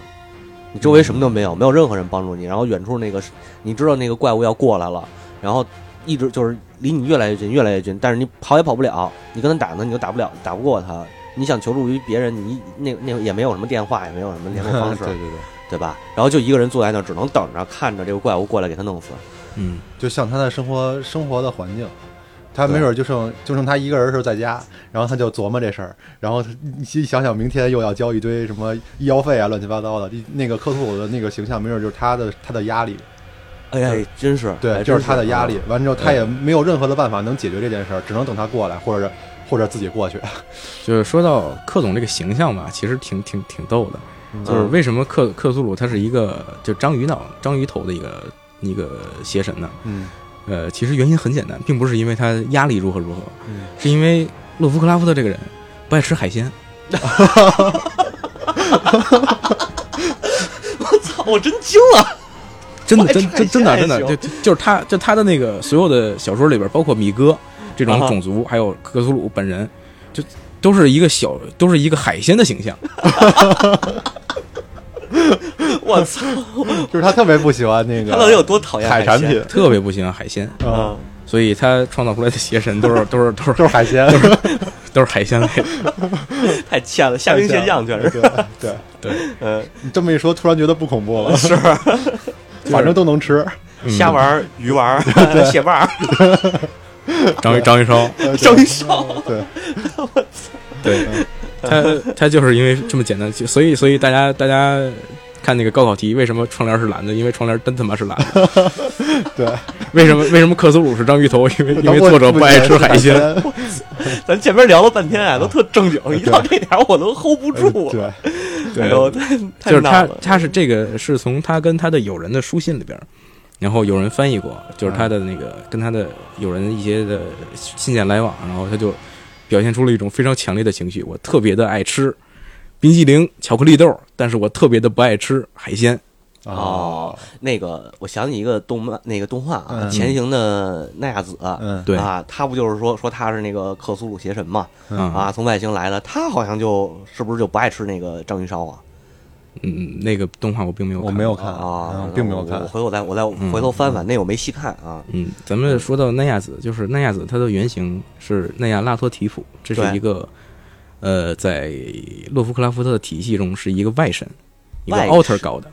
Speaker 1: 你周围什么都没有，没有任何人帮助你，然后远处那个是你知道那个怪物要过来了，然后一直就是离你越来越近，越来越近，但是你跑也跑不了，你跟他打呢你就打不了，打不过他，你想求助于别人，你那那也没有什么电话，也没有什么联络 方式，
Speaker 2: 对对对，
Speaker 1: 对吧？然后就一个人坐在那儿，只能等着看着这个怪物过来给他弄死。
Speaker 3: 嗯，
Speaker 2: 就像他的生活生活的环境。他没准就剩就剩他一个人的时候在家，然后他就琢磨这事儿，然后他你你想想明天又要交一堆什么医药费啊，乱七八糟的。那个克苏鲁的那个形象，没准就是他的他的压力，
Speaker 1: 哎呀，真是，
Speaker 2: 对，
Speaker 1: 哎
Speaker 2: 就是
Speaker 1: 真
Speaker 2: 他的压力。完之后，他
Speaker 3: 对
Speaker 2: 也没有任何的办法能解决这件事儿，只能等他过来，或者或者自己过去。
Speaker 3: 就是说到克总这个形象吧，其实挺挺挺逗的，
Speaker 1: 嗯
Speaker 3: 就是为什么克克苏鲁他是一个就章鱼脑章鱼头的一个一个邪神呢？
Speaker 2: 嗯
Speaker 3: 呃，其实原因很简单，并不是因为他压力如何如何，
Speaker 2: 嗯
Speaker 3: 是因为洛夫克拉夫特这个人不爱吃海鲜，
Speaker 1: 我操， 我真惊了，
Speaker 3: 真的
Speaker 1: 不爱
Speaker 3: 真
Speaker 1: 吃
Speaker 3: 真真的
Speaker 1: 海鲜哎
Speaker 3: 真的，
Speaker 1: 还
Speaker 3: 就就就是他就他的那个所有的小说里边，包括米哥这种
Speaker 1: 啊哈
Speaker 3: 种族，还有克苏鲁本人，就都是一个小都是一个海鲜的形象。
Speaker 1: 我操，
Speaker 2: 就是他特别不喜欢那个
Speaker 1: 他到底有多讨厌
Speaker 2: 啊海产
Speaker 1: 鲜
Speaker 2: 品？
Speaker 3: 特别不喜欢海鲜，
Speaker 2: 啊，
Speaker 1: 啊？
Speaker 3: 所以他创造出来的邪神 都是都是都
Speaker 2: 就是是海鲜，
Speaker 3: 都是海鲜类的。
Speaker 1: 太欠了，虾兵蟹将全是，
Speaker 2: 对对。
Speaker 3: 对，
Speaker 1: 嗯。
Speaker 2: 你这么一说，突然觉得不恐怖了，是，反正都能吃，
Speaker 1: 虾丸儿、鱼丸儿、 蟹棒儿、
Speaker 3: 章鱼章鱼烧，
Speaker 1: 蒸烧，
Speaker 2: 呃对，
Speaker 3: 对他他就是因为这么简单，所以所以大家大家看那个高考题，为什么窗帘是蓝的？因为窗帘真他妈是蓝 的。
Speaker 2: 对，
Speaker 3: 为什么为什么克苏鲁是章鱼头？因为 因为作者不爱吃海鲜。
Speaker 2: 鲜，
Speaker 1: 咱前面聊了半天啊，都特正经，一到这点儿我都 hold 不住。
Speaker 2: 啊嗯对，
Speaker 1: 哎呦，太太
Speaker 3: 就是他
Speaker 1: 闹了哦
Speaker 3: 他是这个是从他跟他的友人的书信里边儿，然后有人翻译过，就是他的那个跟他的友人的一些的信件来往，然后他就表现出了一种非常强烈的情绪，我特别的爱吃冰激凌、巧克力豆，但是我特别的不爱吃海鲜。
Speaker 1: 哦，那个我想起一个动漫，那个动画啊，
Speaker 2: 嗯
Speaker 1: 前行的奈亚子。
Speaker 2: 嗯，
Speaker 3: 对
Speaker 1: 啊，他不就是说说他是那个克苏鲁邪神嘛？
Speaker 2: 嗯
Speaker 1: 啊，从外星来的，他好像就是不是就不爱吃那个章鱼烧啊？
Speaker 3: 嗯，那个动画我并没有看，
Speaker 2: 我没有看
Speaker 1: 啊
Speaker 2: 嗯，并没有
Speaker 1: 我
Speaker 2: 看嗯
Speaker 1: 我。回头再我再回头翻翻，那我没细看啊。
Speaker 3: 嗯，咱们说到奈亚子，就是奈亚子，它的原型是奈亚拉托提普，这是
Speaker 1: 对
Speaker 3: 一个呃，在洛夫克拉夫特的体系中是一个外神，一个
Speaker 1: 外
Speaker 3: alter
Speaker 1: 神
Speaker 3: 搞的，对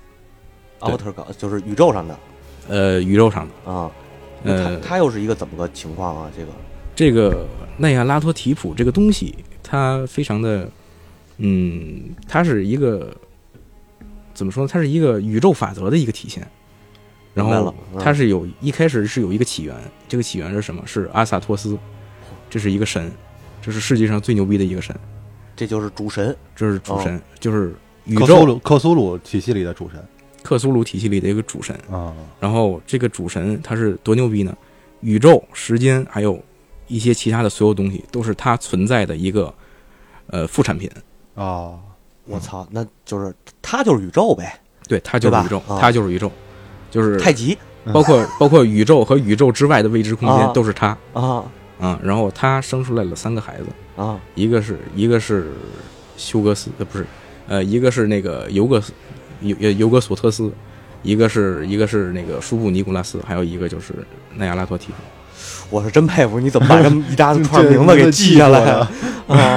Speaker 1: 奥特搞就是宇宙上的
Speaker 3: 呃，宇宙上的。
Speaker 1: 啊，那
Speaker 3: 呃
Speaker 1: 他，他又是一个怎么个情况啊？这个
Speaker 3: 这个奈亚拉托提普这个东西，它非常的，嗯，它是一个怎么说呢？它是一个宇宙法则的一个体现。然
Speaker 1: 明白了
Speaker 3: 后
Speaker 1: 嗯
Speaker 3: 它是有一开始是有一个起源，这个起源是什么？是阿萨托斯，这是一个神，这是世界上最牛逼的一个神，
Speaker 1: 这就是主神
Speaker 3: 这是主
Speaker 1: 哦
Speaker 3: 神，就是宇
Speaker 2: 克苏
Speaker 3: 宙
Speaker 2: 鲁克苏鲁体系里的主神
Speaker 3: 克苏鲁体系里的一个主神。
Speaker 2: 啊，
Speaker 3: 然后这个主神他是多牛逼呢？宇宙、时间还有一些其他的所有东西，都是它存在的一个呃副产品。
Speaker 2: 哦，
Speaker 1: 我操，那就是他就是宇宙呗，
Speaker 3: 对，它就是宇宙
Speaker 1: 对，吧啊
Speaker 3: 它就是宇宙，就是
Speaker 1: 太极嗯
Speaker 3: 包括包括宇宙和宇宙之外的未知空
Speaker 1: 啊
Speaker 3: 间都是它
Speaker 1: 啊
Speaker 3: 啊。然后它生出来了三个孩子，
Speaker 1: 啊
Speaker 3: 一个是一个是休格斯，呃不是，呃一个是那个尤格斯尤尤尤格索特斯，一个是一个是那个舒布尼古拉斯，还有一个就是奈亚拉托提夫。
Speaker 1: 我是真佩服你怎么把这么一 大串名字给记
Speaker 2: 记哦
Speaker 1: 下来啊？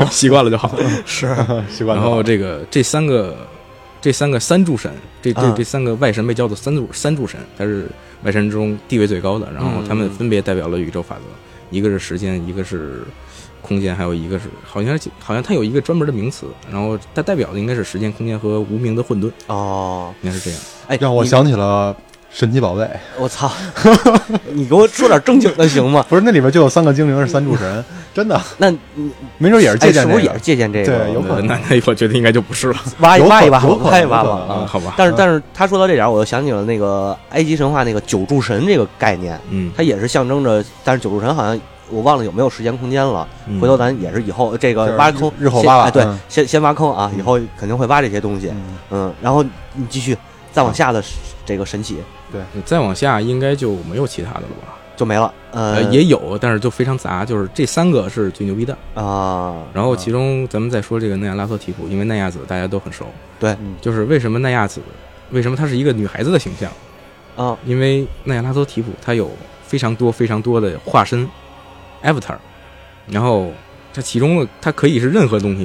Speaker 3: 习惯了就好了。
Speaker 1: 是
Speaker 2: 习惯
Speaker 3: 然
Speaker 2: 了。
Speaker 3: 后这个这三个这三个三柱神，这这
Speaker 1: 啊
Speaker 3: 这三个外神被叫做三柱三柱神，他是外神中地位最高的。然后他们
Speaker 1: 嗯
Speaker 3: 分别代表了宇宙法则，一个是时间，一个是空间，还有一个是好像是好像它有一个专门的名词。然后它代表的应该是时间、空间和无名的混沌，
Speaker 1: 哦，
Speaker 3: 应该是这样。
Speaker 1: 哎，
Speaker 2: 让我
Speaker 1: 你，
Speaker 2: 想起了神奇宝贝，
Speaker 1: 我操， 你给我说点正经的行吗？
Speaker 2: 不是那里边就有三个精灵是三柱 神，真的，
Speaker 1: 那你
Speaker 2: 没准也是
Speaker 1: 哎，
Speaker 2: 借
Speaker 1: 是
Speaker 2: 鉴
Speaker 1: 不
Speaker 2: 这
Speaker 1: 是也
Speaker 2: 个
Speaker 1: 是。借鉴这个？
Speaker 2: 对有可能
Speaker 3: 那那我觉得应该就不是了
Speaker 1: 挖一
Speaker 2: 有可
Speaker 1: 挖一挖吧，
Speaker 2: 有可能
Speaker 1: 挖一挖吧
Speaker 2: 有可能嗯
Speaker 3: 啊，
Speaker 1: 啊！
Speaker 3: 好吧，
Speaker 1: 但是但是他说到这点儿，我就想起了那个埃及神话那个九柱神这个概念，
Speaker 3: 嗯，
Speaker 1: 它也是象征着，但是九柱神好像我忘了有没有时间空间了。
Speaker 3: 嗯
Speaker 1: 回头咱也是以后这
Speaker 2: 就
Speaker 1: 个
Speaker 2: 是
Speaker 1: 挖坑，
Speaker 2: 日日后
Speaker 1: 先
Speaker 2: 挖吧
Speaker 1: 哎对
Speaker 2: 嗯，
Speaker 1: 先先挖坑啊，以后肯定会挖这些东西。
Speaker 2: 嗯
Speaker 1: 嗯，然后你继续再
Speaker 3: 嗯
Speaker 1: 往下的这个神奇
Speaker 3: 再往下应该就没有其他的了吧？
Speaker 1: 就没了。呃，
Speaker 3: 呃，也有，但是就非常杂，就是这三个是最牛逼的。
Speaker 1: 啊，
Speaker 3: 然后其中咱们再说这个奈亚拉托提普，因为奈亚子大家都很熟，
Speaker 1: 对
Speaker 2: 嗯
Speaker 3: 就是为什么奈亚子，为什么她是一个女孩子的形象？
Speaker 1: 啊
Speaker 3: 因为奈亚拉托提普她有非常多非常多的化身 avatar，然后它其中的它可以是任何东西，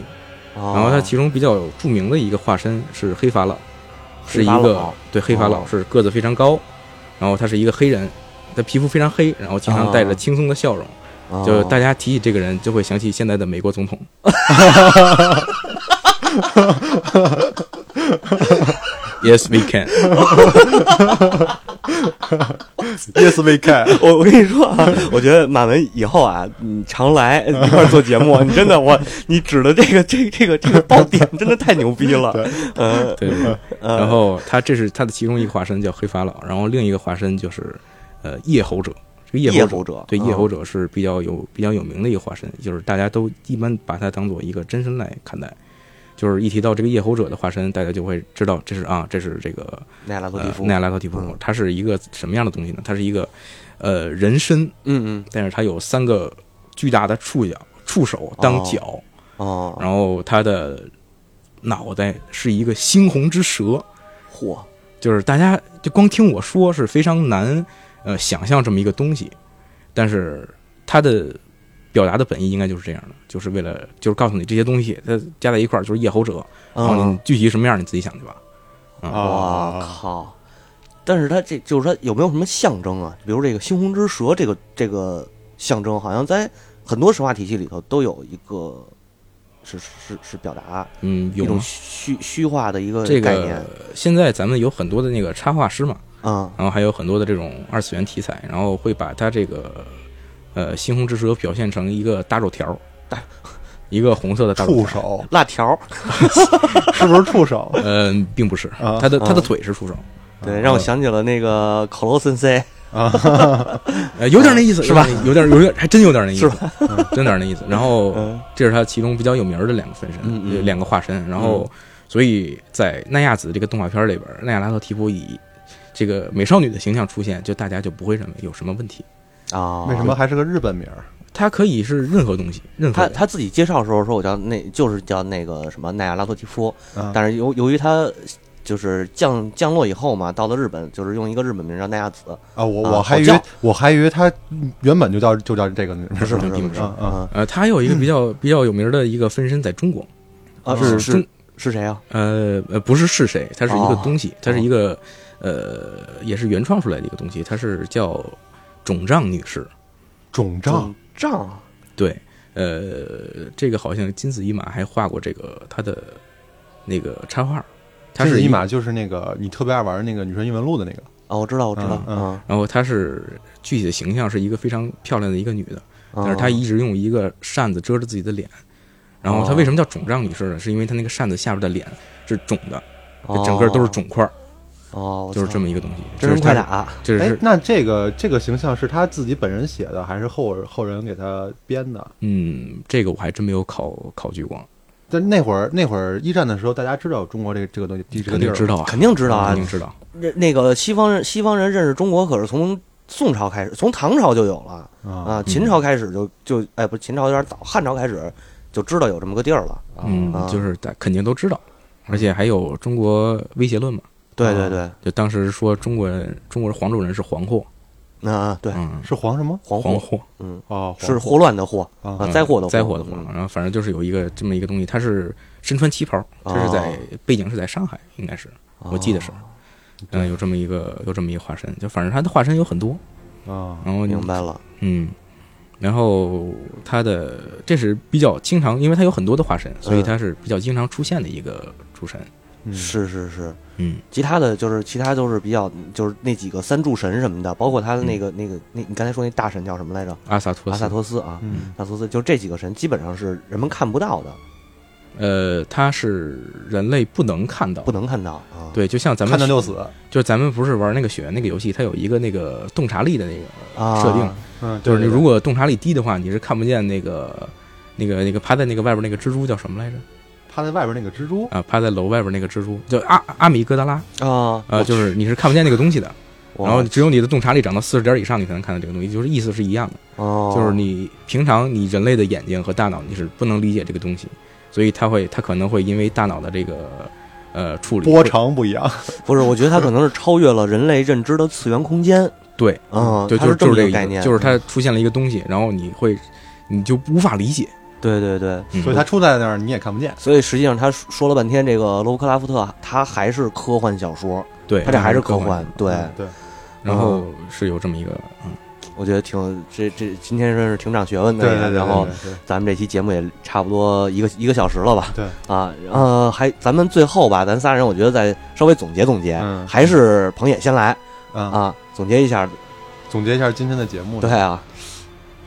Speaker 1: 啊，
Speaker 3: 然后它其中比较有著名的一个化身是黑法老，是
Speaker 1: 黑
Speaker 3: 一
Speaker 1: 法老
Speaker 3: 个对黑法老
Speaker 1: 哦
Speaker 3: 是个子非常高，然后他是一个黑人，他皮肤非常黑，然后经常带着
Speaker 1: 哦
Speaker 3: 轻松的笑容。
Speaker 1: 啊
Speaker 3: 就大家提起这个人，就会想起现在的美国 总统。yes, we can。
Speaker 2: ，Yes we can，
Speaker 1: 我我跟你说啊，我觉得满文以后啊，你常 来一块儿做节目，啊你真的我你指的这个这个这个这个爆点真的太牛逼了。嗯
Speaker 3: 对，然后他这是他的其中一个化身叫黑法老，然后另一个化身就是呃夜吼者。这个
Speaker 1: 夜
Speaker 3: 夜
Speaker 1: 吼
Speaker 3: 吼
Speaker 1: 者
Speaker 3: 对
Speaker 1: 嗯
Speaker 3: 夜吼者是比较有比较有名的一个化身，就是大家都一般把它当做一个真身来看待。就是一提到这个夜吼者的化身，大家就会知道这是啊，这是这个
Speaker 1: 奈拉托蒂
Speaker 3: 呃
Speaker 1: 夫，
Speaker 3: 奈拉托蒂夫
Speaker 1: 嗯，
Speaker 3: 它是一个什么样的东西呢？它是一个呃人身，
Speaker 1: 嗯嗯
Speaker 3: 但是它有三个巨大的触角、触手当脚，
Speaker 1: 哦，
Speaker 3: 然后它的脑袋是一个猩红之蛇，
Speaker 1: 嚯
Speaker 3: 就是大家就光听我说是非常难呃想象这么一个东西，但是它的表达的本意应该就是这样的，就是为了就是告诉你这些东西它加在一块儿就是夜吼者，然后
Speaker 1: 嗯
Speaker 3: 你具体什么样你自己想去吧。
Speaker 2: 啊
Speaker 1: 哇靠！但是它这就是它有没有什么象征啊？比如这个猩红之蛇这个这个象征，好像在很多神话体系里头都有一个是是是表达
Speaker 3: 嗯，
Speaker 1: 一
Speaker 3: 有吗
Speaker 1: 种虚虚化的一个
Speaker 3: 这
Speaker 1: 概念
Speaker 3: 个现在咱们有很多的那个插画师嘛，
Speaker 1: 啊
Speaker 3: 然后还有很多的这种二次元题材，然后会把它这个呃猩红之蛇表现成一个大肉条儿， 一个红色的大
Speaker 2: 触
Speaker 3: 手条，？
Speaker 2: 手
Speaker 1: 辣条，
Speaker 2: 是不是触 手
Speaker 3: 嗯，并不是
Speaker 2: 啊，
Speaker 3: 他的他的
Speaker 1: 啊
Speaker 3: 腿是触手，
Speaker 1: 对，让我想起了那个考罗森 C，
Speaker 3: 呃，有点那意思
Speaker 1: 是吧？
Speaker 3: 有点有点有点，还真有点那意思
Speaker 1: 是，
Speaker 3: 嗯 真有点那意思。然后
Speaker 1: 嗯
Speaker 3: 这是他其中比较有名儿的两个分身，
Speaker 1: 嗯嗯
Speaker 3: 呃两个化身。然后所以在奈亚子这个动画片里边，奈亚拉特提普以这个美少女的形象出现，就大家就不会认为有什么问题。
Speaker 1: 啊，
Speaker 2: 为什么还是个日本名儿？
Speaker 3: 它可以是任何东西，任何
Speaker 1: 他
Speaker 3: 人
Speaker 1: 他自己介绍的时候说，我叫那就是叫那个什么奈亚拉托提夫，
Speaker 2: 啊
Speaker 1: 但是由由于他就是降降落以后嘛，到了日本，就是用一个日本名叫奈亚子，
Speaker 2: 啊，我
Speaker 1: 啊
Speaker 2: 我还
Speaker 1: 好
Speaker 2: 以
Speaker 1: 叫
Speaker 2: 为我还以为他原本就叫就叫这个名儿，
Speaker 1: 不是不
Speaker 3: 不是
Speaker 1: 是不是
Speaker 3: 不是
Speaker 1: 啊
Speaker 2: 啊
Speaker 3: 呃，它还有一个比较比较有名儿的一个分身在中国，
Speaker 1: 嗯啊
Speaker 3: 是
Speaker 1: 是
Speaker 3: 中
Speaker 1: 是是谁啊？
Speaker 3: 呃呃，不是是谁，它是一个
Speaker 1: 哦
Speaker 3: 东西，它是一个呃，也是原创出来的一个东西，它是叫肿胀女士。
Speaker 2: 肿
Speaker 1: 嗯
Speaker 2: 胀
Speaker 1: 仗
Speaker 3: 对，呃，这个好像金子一马还画过这个他的那个插画，他
Speaker 2: 金
Speaker 3: 是
Speaker 2: 子
Speaker 3: 一
Speaker 2: 一，马就是那个你特别爱玩那个女神异闻录的那个
Speaker 1: 啊，我知道我知道
Speaker 2: 嗯
Speaker 1: 啊，
Speaker 3: 然后他是具体的形象是一个非常漂亮的一个女的，但
Speaker 1: 但
Speaker 3: 是她一直用一个扇子遮着自己的脸。然后她为什么叫肿胀女士呢？是因为她那个扇子下边的脸是肿的，就整个都是肿块儿，
Speaker 1: 哦，
Speaker 3: 就是这
Speaker 1: 么
Speaker 3: 么一个东西。
Speaker 1: 真
Speaker 3: 这
Speaker 1: 人
Speaker 3: 是啊
Speaker 1: 快
Speaker 3: 她，
Speaker 1: 打，
Speaker 3: 这
Speaker 2: 哎
Speaker 3: 是，
Speaker 2: 那这个这个形象是他自己本人写的，还是后后人给他编的？
Speaker 3: 嗯，这个我还真没有考考据过，
Speaker 2: 但那会儿那会儿一战的时候，大家知道中国这个这个东西这个
Speaker 3: 肯
Speaker 2: 地
Speaker 3: 定
Speaker 2: 儿
Speaker 3: 知
Speaker 2: 吗，
Speaker 3: 道啊，
Speaker 1: 肯定知道啊
Speaker 3: 肯，定知道。
Speaker 1: 那那个西方人西方人认识中国可是从宋朝开始，从唐朝就有了。
Speaker 2: 啊
Speaker 1: 啊，
Speaker 3: 嗯
Speaker 1: 秦朝开始就就哎，不，秦朝有点早，汉朝开始就知道有这么个地儿了。
Speaker 3: 嗯
Speaker 1: 啊，
Speaker 3: 就是大肯定都知道，而且还有中国威胁论嘛，
Speaker 1: 对对嗯对，
Speaker 3: 就当时说中国人，中国人黄种人是黄祸，
Speaker 1: 那啊对，
Speaker 3: 嗯，
Speaker 2: 是黄什么
Speaker 1: 黄
Speaker 3: 黄
Speaker 1: 祸
Speaker 3: 祸
Speaker 1: 嗯，
Speaker 2: 哦，
Speaker 1: 是
Speaker 2: 黄
Speaker 1: 霍乱的霍
Speaker 2: 啊
Speaker 1: 啊，灾祸的
Speaker 3: 灾祸的祸
Speaker 1: 祸，，
Speaker 3: 然后反正就是有一个这么一个东西，它是身穿旗袍，这
Speaker 1: 哦
Speaker 3: 是在背景是在上海，应该是我记得是，
Speaker 1: 哦
Speaker 3: 嗯，有这么一个有这么一个化身，就反正他的化身有很多，
Speaker 2: 啊
Speaker 3: 然后你
Speaker 1: 明白了
Speaker 3: 嗯，然后他的这是比较经常，因为他有很多的化身，所
Speaker 1: 嗯
Speaker 3: 以他是比较经常出现的一个主神，
Speaker 2: 嗯
Speaker 1: 是是是。
Speaker 3: 嗯，
Speaker 1: 其他的就是其他都是比较就是那几个三柱神什么的，包括他的那个那个那，你刚才说那大神叫什么来着？
Speaker 3: 阿萨托
Speaker 1: 阿
Speaker 3: 嗯斯
Speaker 1: 萨，托斯啊，
Speaker 2: 嗯
Speaker 1: 阿萨托斯就这几个神基本上是人们看不到的，
Speaker 3: 呃，他是人类不能看到
Speaker 1: 不。能看到啊。
Speaker 3: 对，就像咱们
Speaker 2: 看到就死，
Speaker 3: 就是咱们不是玩那个血缘那个游戏，它有一个那个洞察力的那个，
Speaker 1: 啊，
Speaker 3: 设定
Speaker 2: 嗯，
Speaker 3: 就是你如
Speaker 2: 果
Speaker 3: 果洞察力低的话，你是看不见那个那个那个趴在那个外边那个蜘蛛叫什么来着？
Speaker 2: 趴在外边那个蜘蛛
Speaker 3: 啊，趴在楼外边那个蜘蛛叫阿阿米哥达拉，
Speaker 1: 啊
Speaker 3: 呃，就是你是看不见那个东西的。
Speaker 1: 我
Speaker 3: 然后只有你的洞察力涨到四十点以上，你才能看到这个东西，就是意思是一样的，
Speaker 1: 哦，
Speaker 3: 就是你平常你人类的眼睛和大脑你是不能理解这个东西，所以它会它可能会因为大脑的这个呃处理
Speaker 2: 波长不一样，
Speaker 1: 不是，我觉得它可能是超越了人类认知的次元空间。
Speaker 3: 对
Speaker 1: 嗯，
Speaker 3: 对，
Speaker 1: 它
Speaker 3: 就是
Speaker 1: 这
Speaker 3: 就
Speaker 1: 么
Speaker 3: 是
Speaker 1: 一
Speaker 3: 这
Speaker 1: 个概念，嗯
Speaker 3: 就是它出现了一个东西，然后你会，你就无法理解。
Speaker 1: 对对对。
Speaker 3: 嗯
Speaker 2: 所以它出在那儿你也看不见。
Speaker 1: 所以实际上，他说了半天，这个罗伯克拉夫特他还是科幻小说，
Speaker 3: 对
Speaker 1: 他这还是科幻。对，
Speaker 2: 嗯对，
Speaker 3: 然后是有这么一个，嗯，
Speaker 1: 我觉得挺这这今天真是挺长学问的。
Speaker 2: 对对对，
Speaker 1: 然后
Speaker 2: 对对
Speaker 1: 咱们这期节目也差不多一个一个小时了吧？
Speaker 2: 对
Speaker 1: 啊，呃，还咱们最后吧，咱仨人我觉得再稍微总结总结，
Speaker 2: 嗯
Speaker 1: 还是彭野先来
Speaker 2: 对啊，
Speaker 1: 啊，总结一下。
Speaker 2: 总结一下今天的节目，
Speaker 1: 对啊，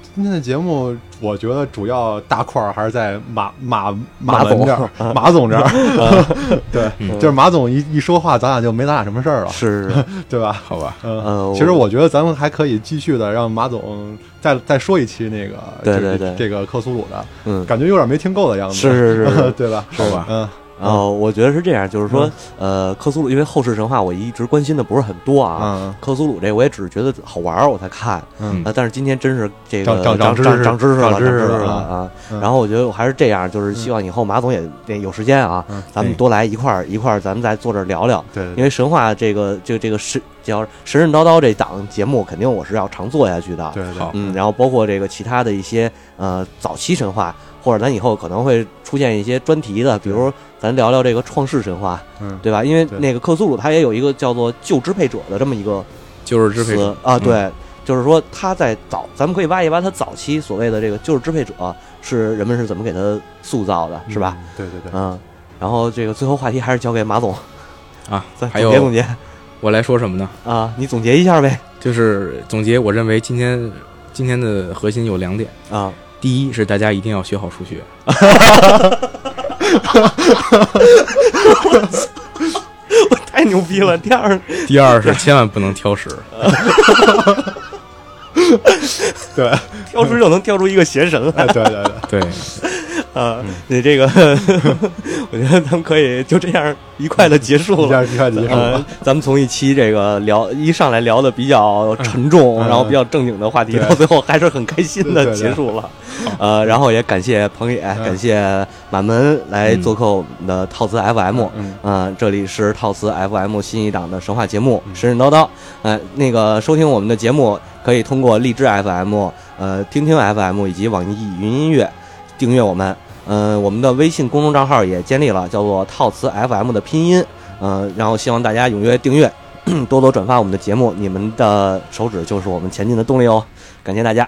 Speaker 2: 今天的节目，我觉得主要大块儿还是在马马
Speaker 1: 马
Speaker 2: 马
Speaker 1: 总嗯
Speaker 2: 文 这儿，马总这儿。 对，
Speaker 3: 嗯
Speaker 2: 就是马总一一说话，咱俩就没咱俩什么事儿了，
Speaker 1: 是是是
Speaker 2: 对吧？
Speaker 3: 好吧，
Speaker 1: 呃
Speaker 2: 嗯，
Speaker 1: 我
Speaker 2: 其实我觉得咱们还可以继续的，让马总再再说一期那个，
Speaker 1: 对
Speaker 2: 就是
Speaker 1: 对对
Speaker 2: 这个克苏鲁的，
Speaker 1: 嗯，
Speaker 2: 感觉有点没听够的样子，
Speaker 1: 是是是
Speaker 2: 对吧？
Speaker 3: 好吧，
Speaker 2: 嗯，
Speaker 1: 哦，我觉得是这样，就是说，呃，克苏鲁，因为后世神话我一直关心的不是很多啊。
Speaker 2: 嗯
Speaker 1: 克苏鲁这我也只是觉得好玩儿我才看啊、
Speaker 2: 嗯
Speaker 3: 嗯
Speaker 1: 但是今天真是这个
Speaker 2: 长
Speaker 1: 长
Speaker 2: 长长知识
Speaker 1: 长知识了，
Speaker 2: 长
Speaker 1: 知
Speaker 2: 知识了
Speaker 1: 了
Speaker 2: 啊
Speaker 1: 啊、
Speaker 2: 嗯
Speaker 1: 然后我觉得我还是这样，就是希望以后马总也也有时间啊，
Speaker 2: 嗯
Speaker 1: 咱们
Speaker 3: 对
Speaker 1: 多来一块儿一块儿，咱们再坐这儿聊聊。
Speaker 2: 对对
Speaker 1: 因
Speaker 2: 对，
Speaker 1: 为神话这个这个这个神叫神神叨叨这档节目，肯定我是要常做下去的。
Speaker 2: 对对对
Speaker 3: 好
Speaker 1: 嗯，然后包括这个其他的一些呃早期神话，或者咱以后可能会出现一些专题的，比如咱聊聊这个创世神话，
Speaker 2: 嗯，
Speaker 1: 对吧？因为
Speaker 2: 对
Speaker 1: 那个克苏鲁他也有一个叫做“旧支配者”的这么一个
Speaker 3: 就是支配
Speaker 1: 词
Speaker 3: 者
Speaker 1: 啊，，对，就是说他在早，咱们可以挖一挖他早期所谓的这个“旧支配者”是人们是怎么给他塑造的，是吧？
Speaker 2: 嗯？对对对，
Speaker 1: 嗯，然后这个最后话题还是交给马总，
Speaker 3: 嗯啊
Speaker 1: 再，
Speaker 3: 还
Speaker 1: 总结总
Speaker 3: 有
Speaker 1: 结
Speaker 3: 我来说什么呢？
Speaker 1: 啊，你总结一下呗
Speaker 3: 就是总结，我认为今天今天的核心有两点，
Speaker 1: 啊，
Speaker 3: 第一是大家一定要学好数学，
Speaker 1: 太牛逼了！第二，
Speaker 3: 第二是千万不能挑食，
Speaker 2: 对，
Speaker 1: 挑出就能挑出一个邪神来
Speaker 2: 哎，对对 对，
Speaker 3: 对，
Speaker 1: 啊！你这个， 我觉得咱们可以就这样愉快的结束了。
Speaker 2: 一下一下结束
Speaker 1: 呃
Speaker 2: 了，，
Speaker 1: 咱们从一期这个聊一上来聊的比较沉重，
Speaker 2: 嗯
Speaker 1: 然后比较正经的话题，
Speaker 2: 对
Speaker 1: 到最后还是很开心
Speaker 2: 对
Speaker 1: 的
Speaker 2: 对嗯
Speaker 1: 结束了。呃，然后也感谢彭野，感谢满门来做客我们的套词 FM。
Speaker 2: 嗯，
Speaker 1: 嗯、这里是套词 FM 新一档的神话节目《神神叨叨》。呃，那个收听我们的节目，可以通过荔枝 FM、呃听听 FM 以及网易云音乐订阅我们。呃，我们的微信公众账号也建立了，叫做套词 FM 的拼音。呃，然后希望大家踊跃订阅， 多多转发我们的节目，你们的手指就是我们前进的动力哦。感谢大家，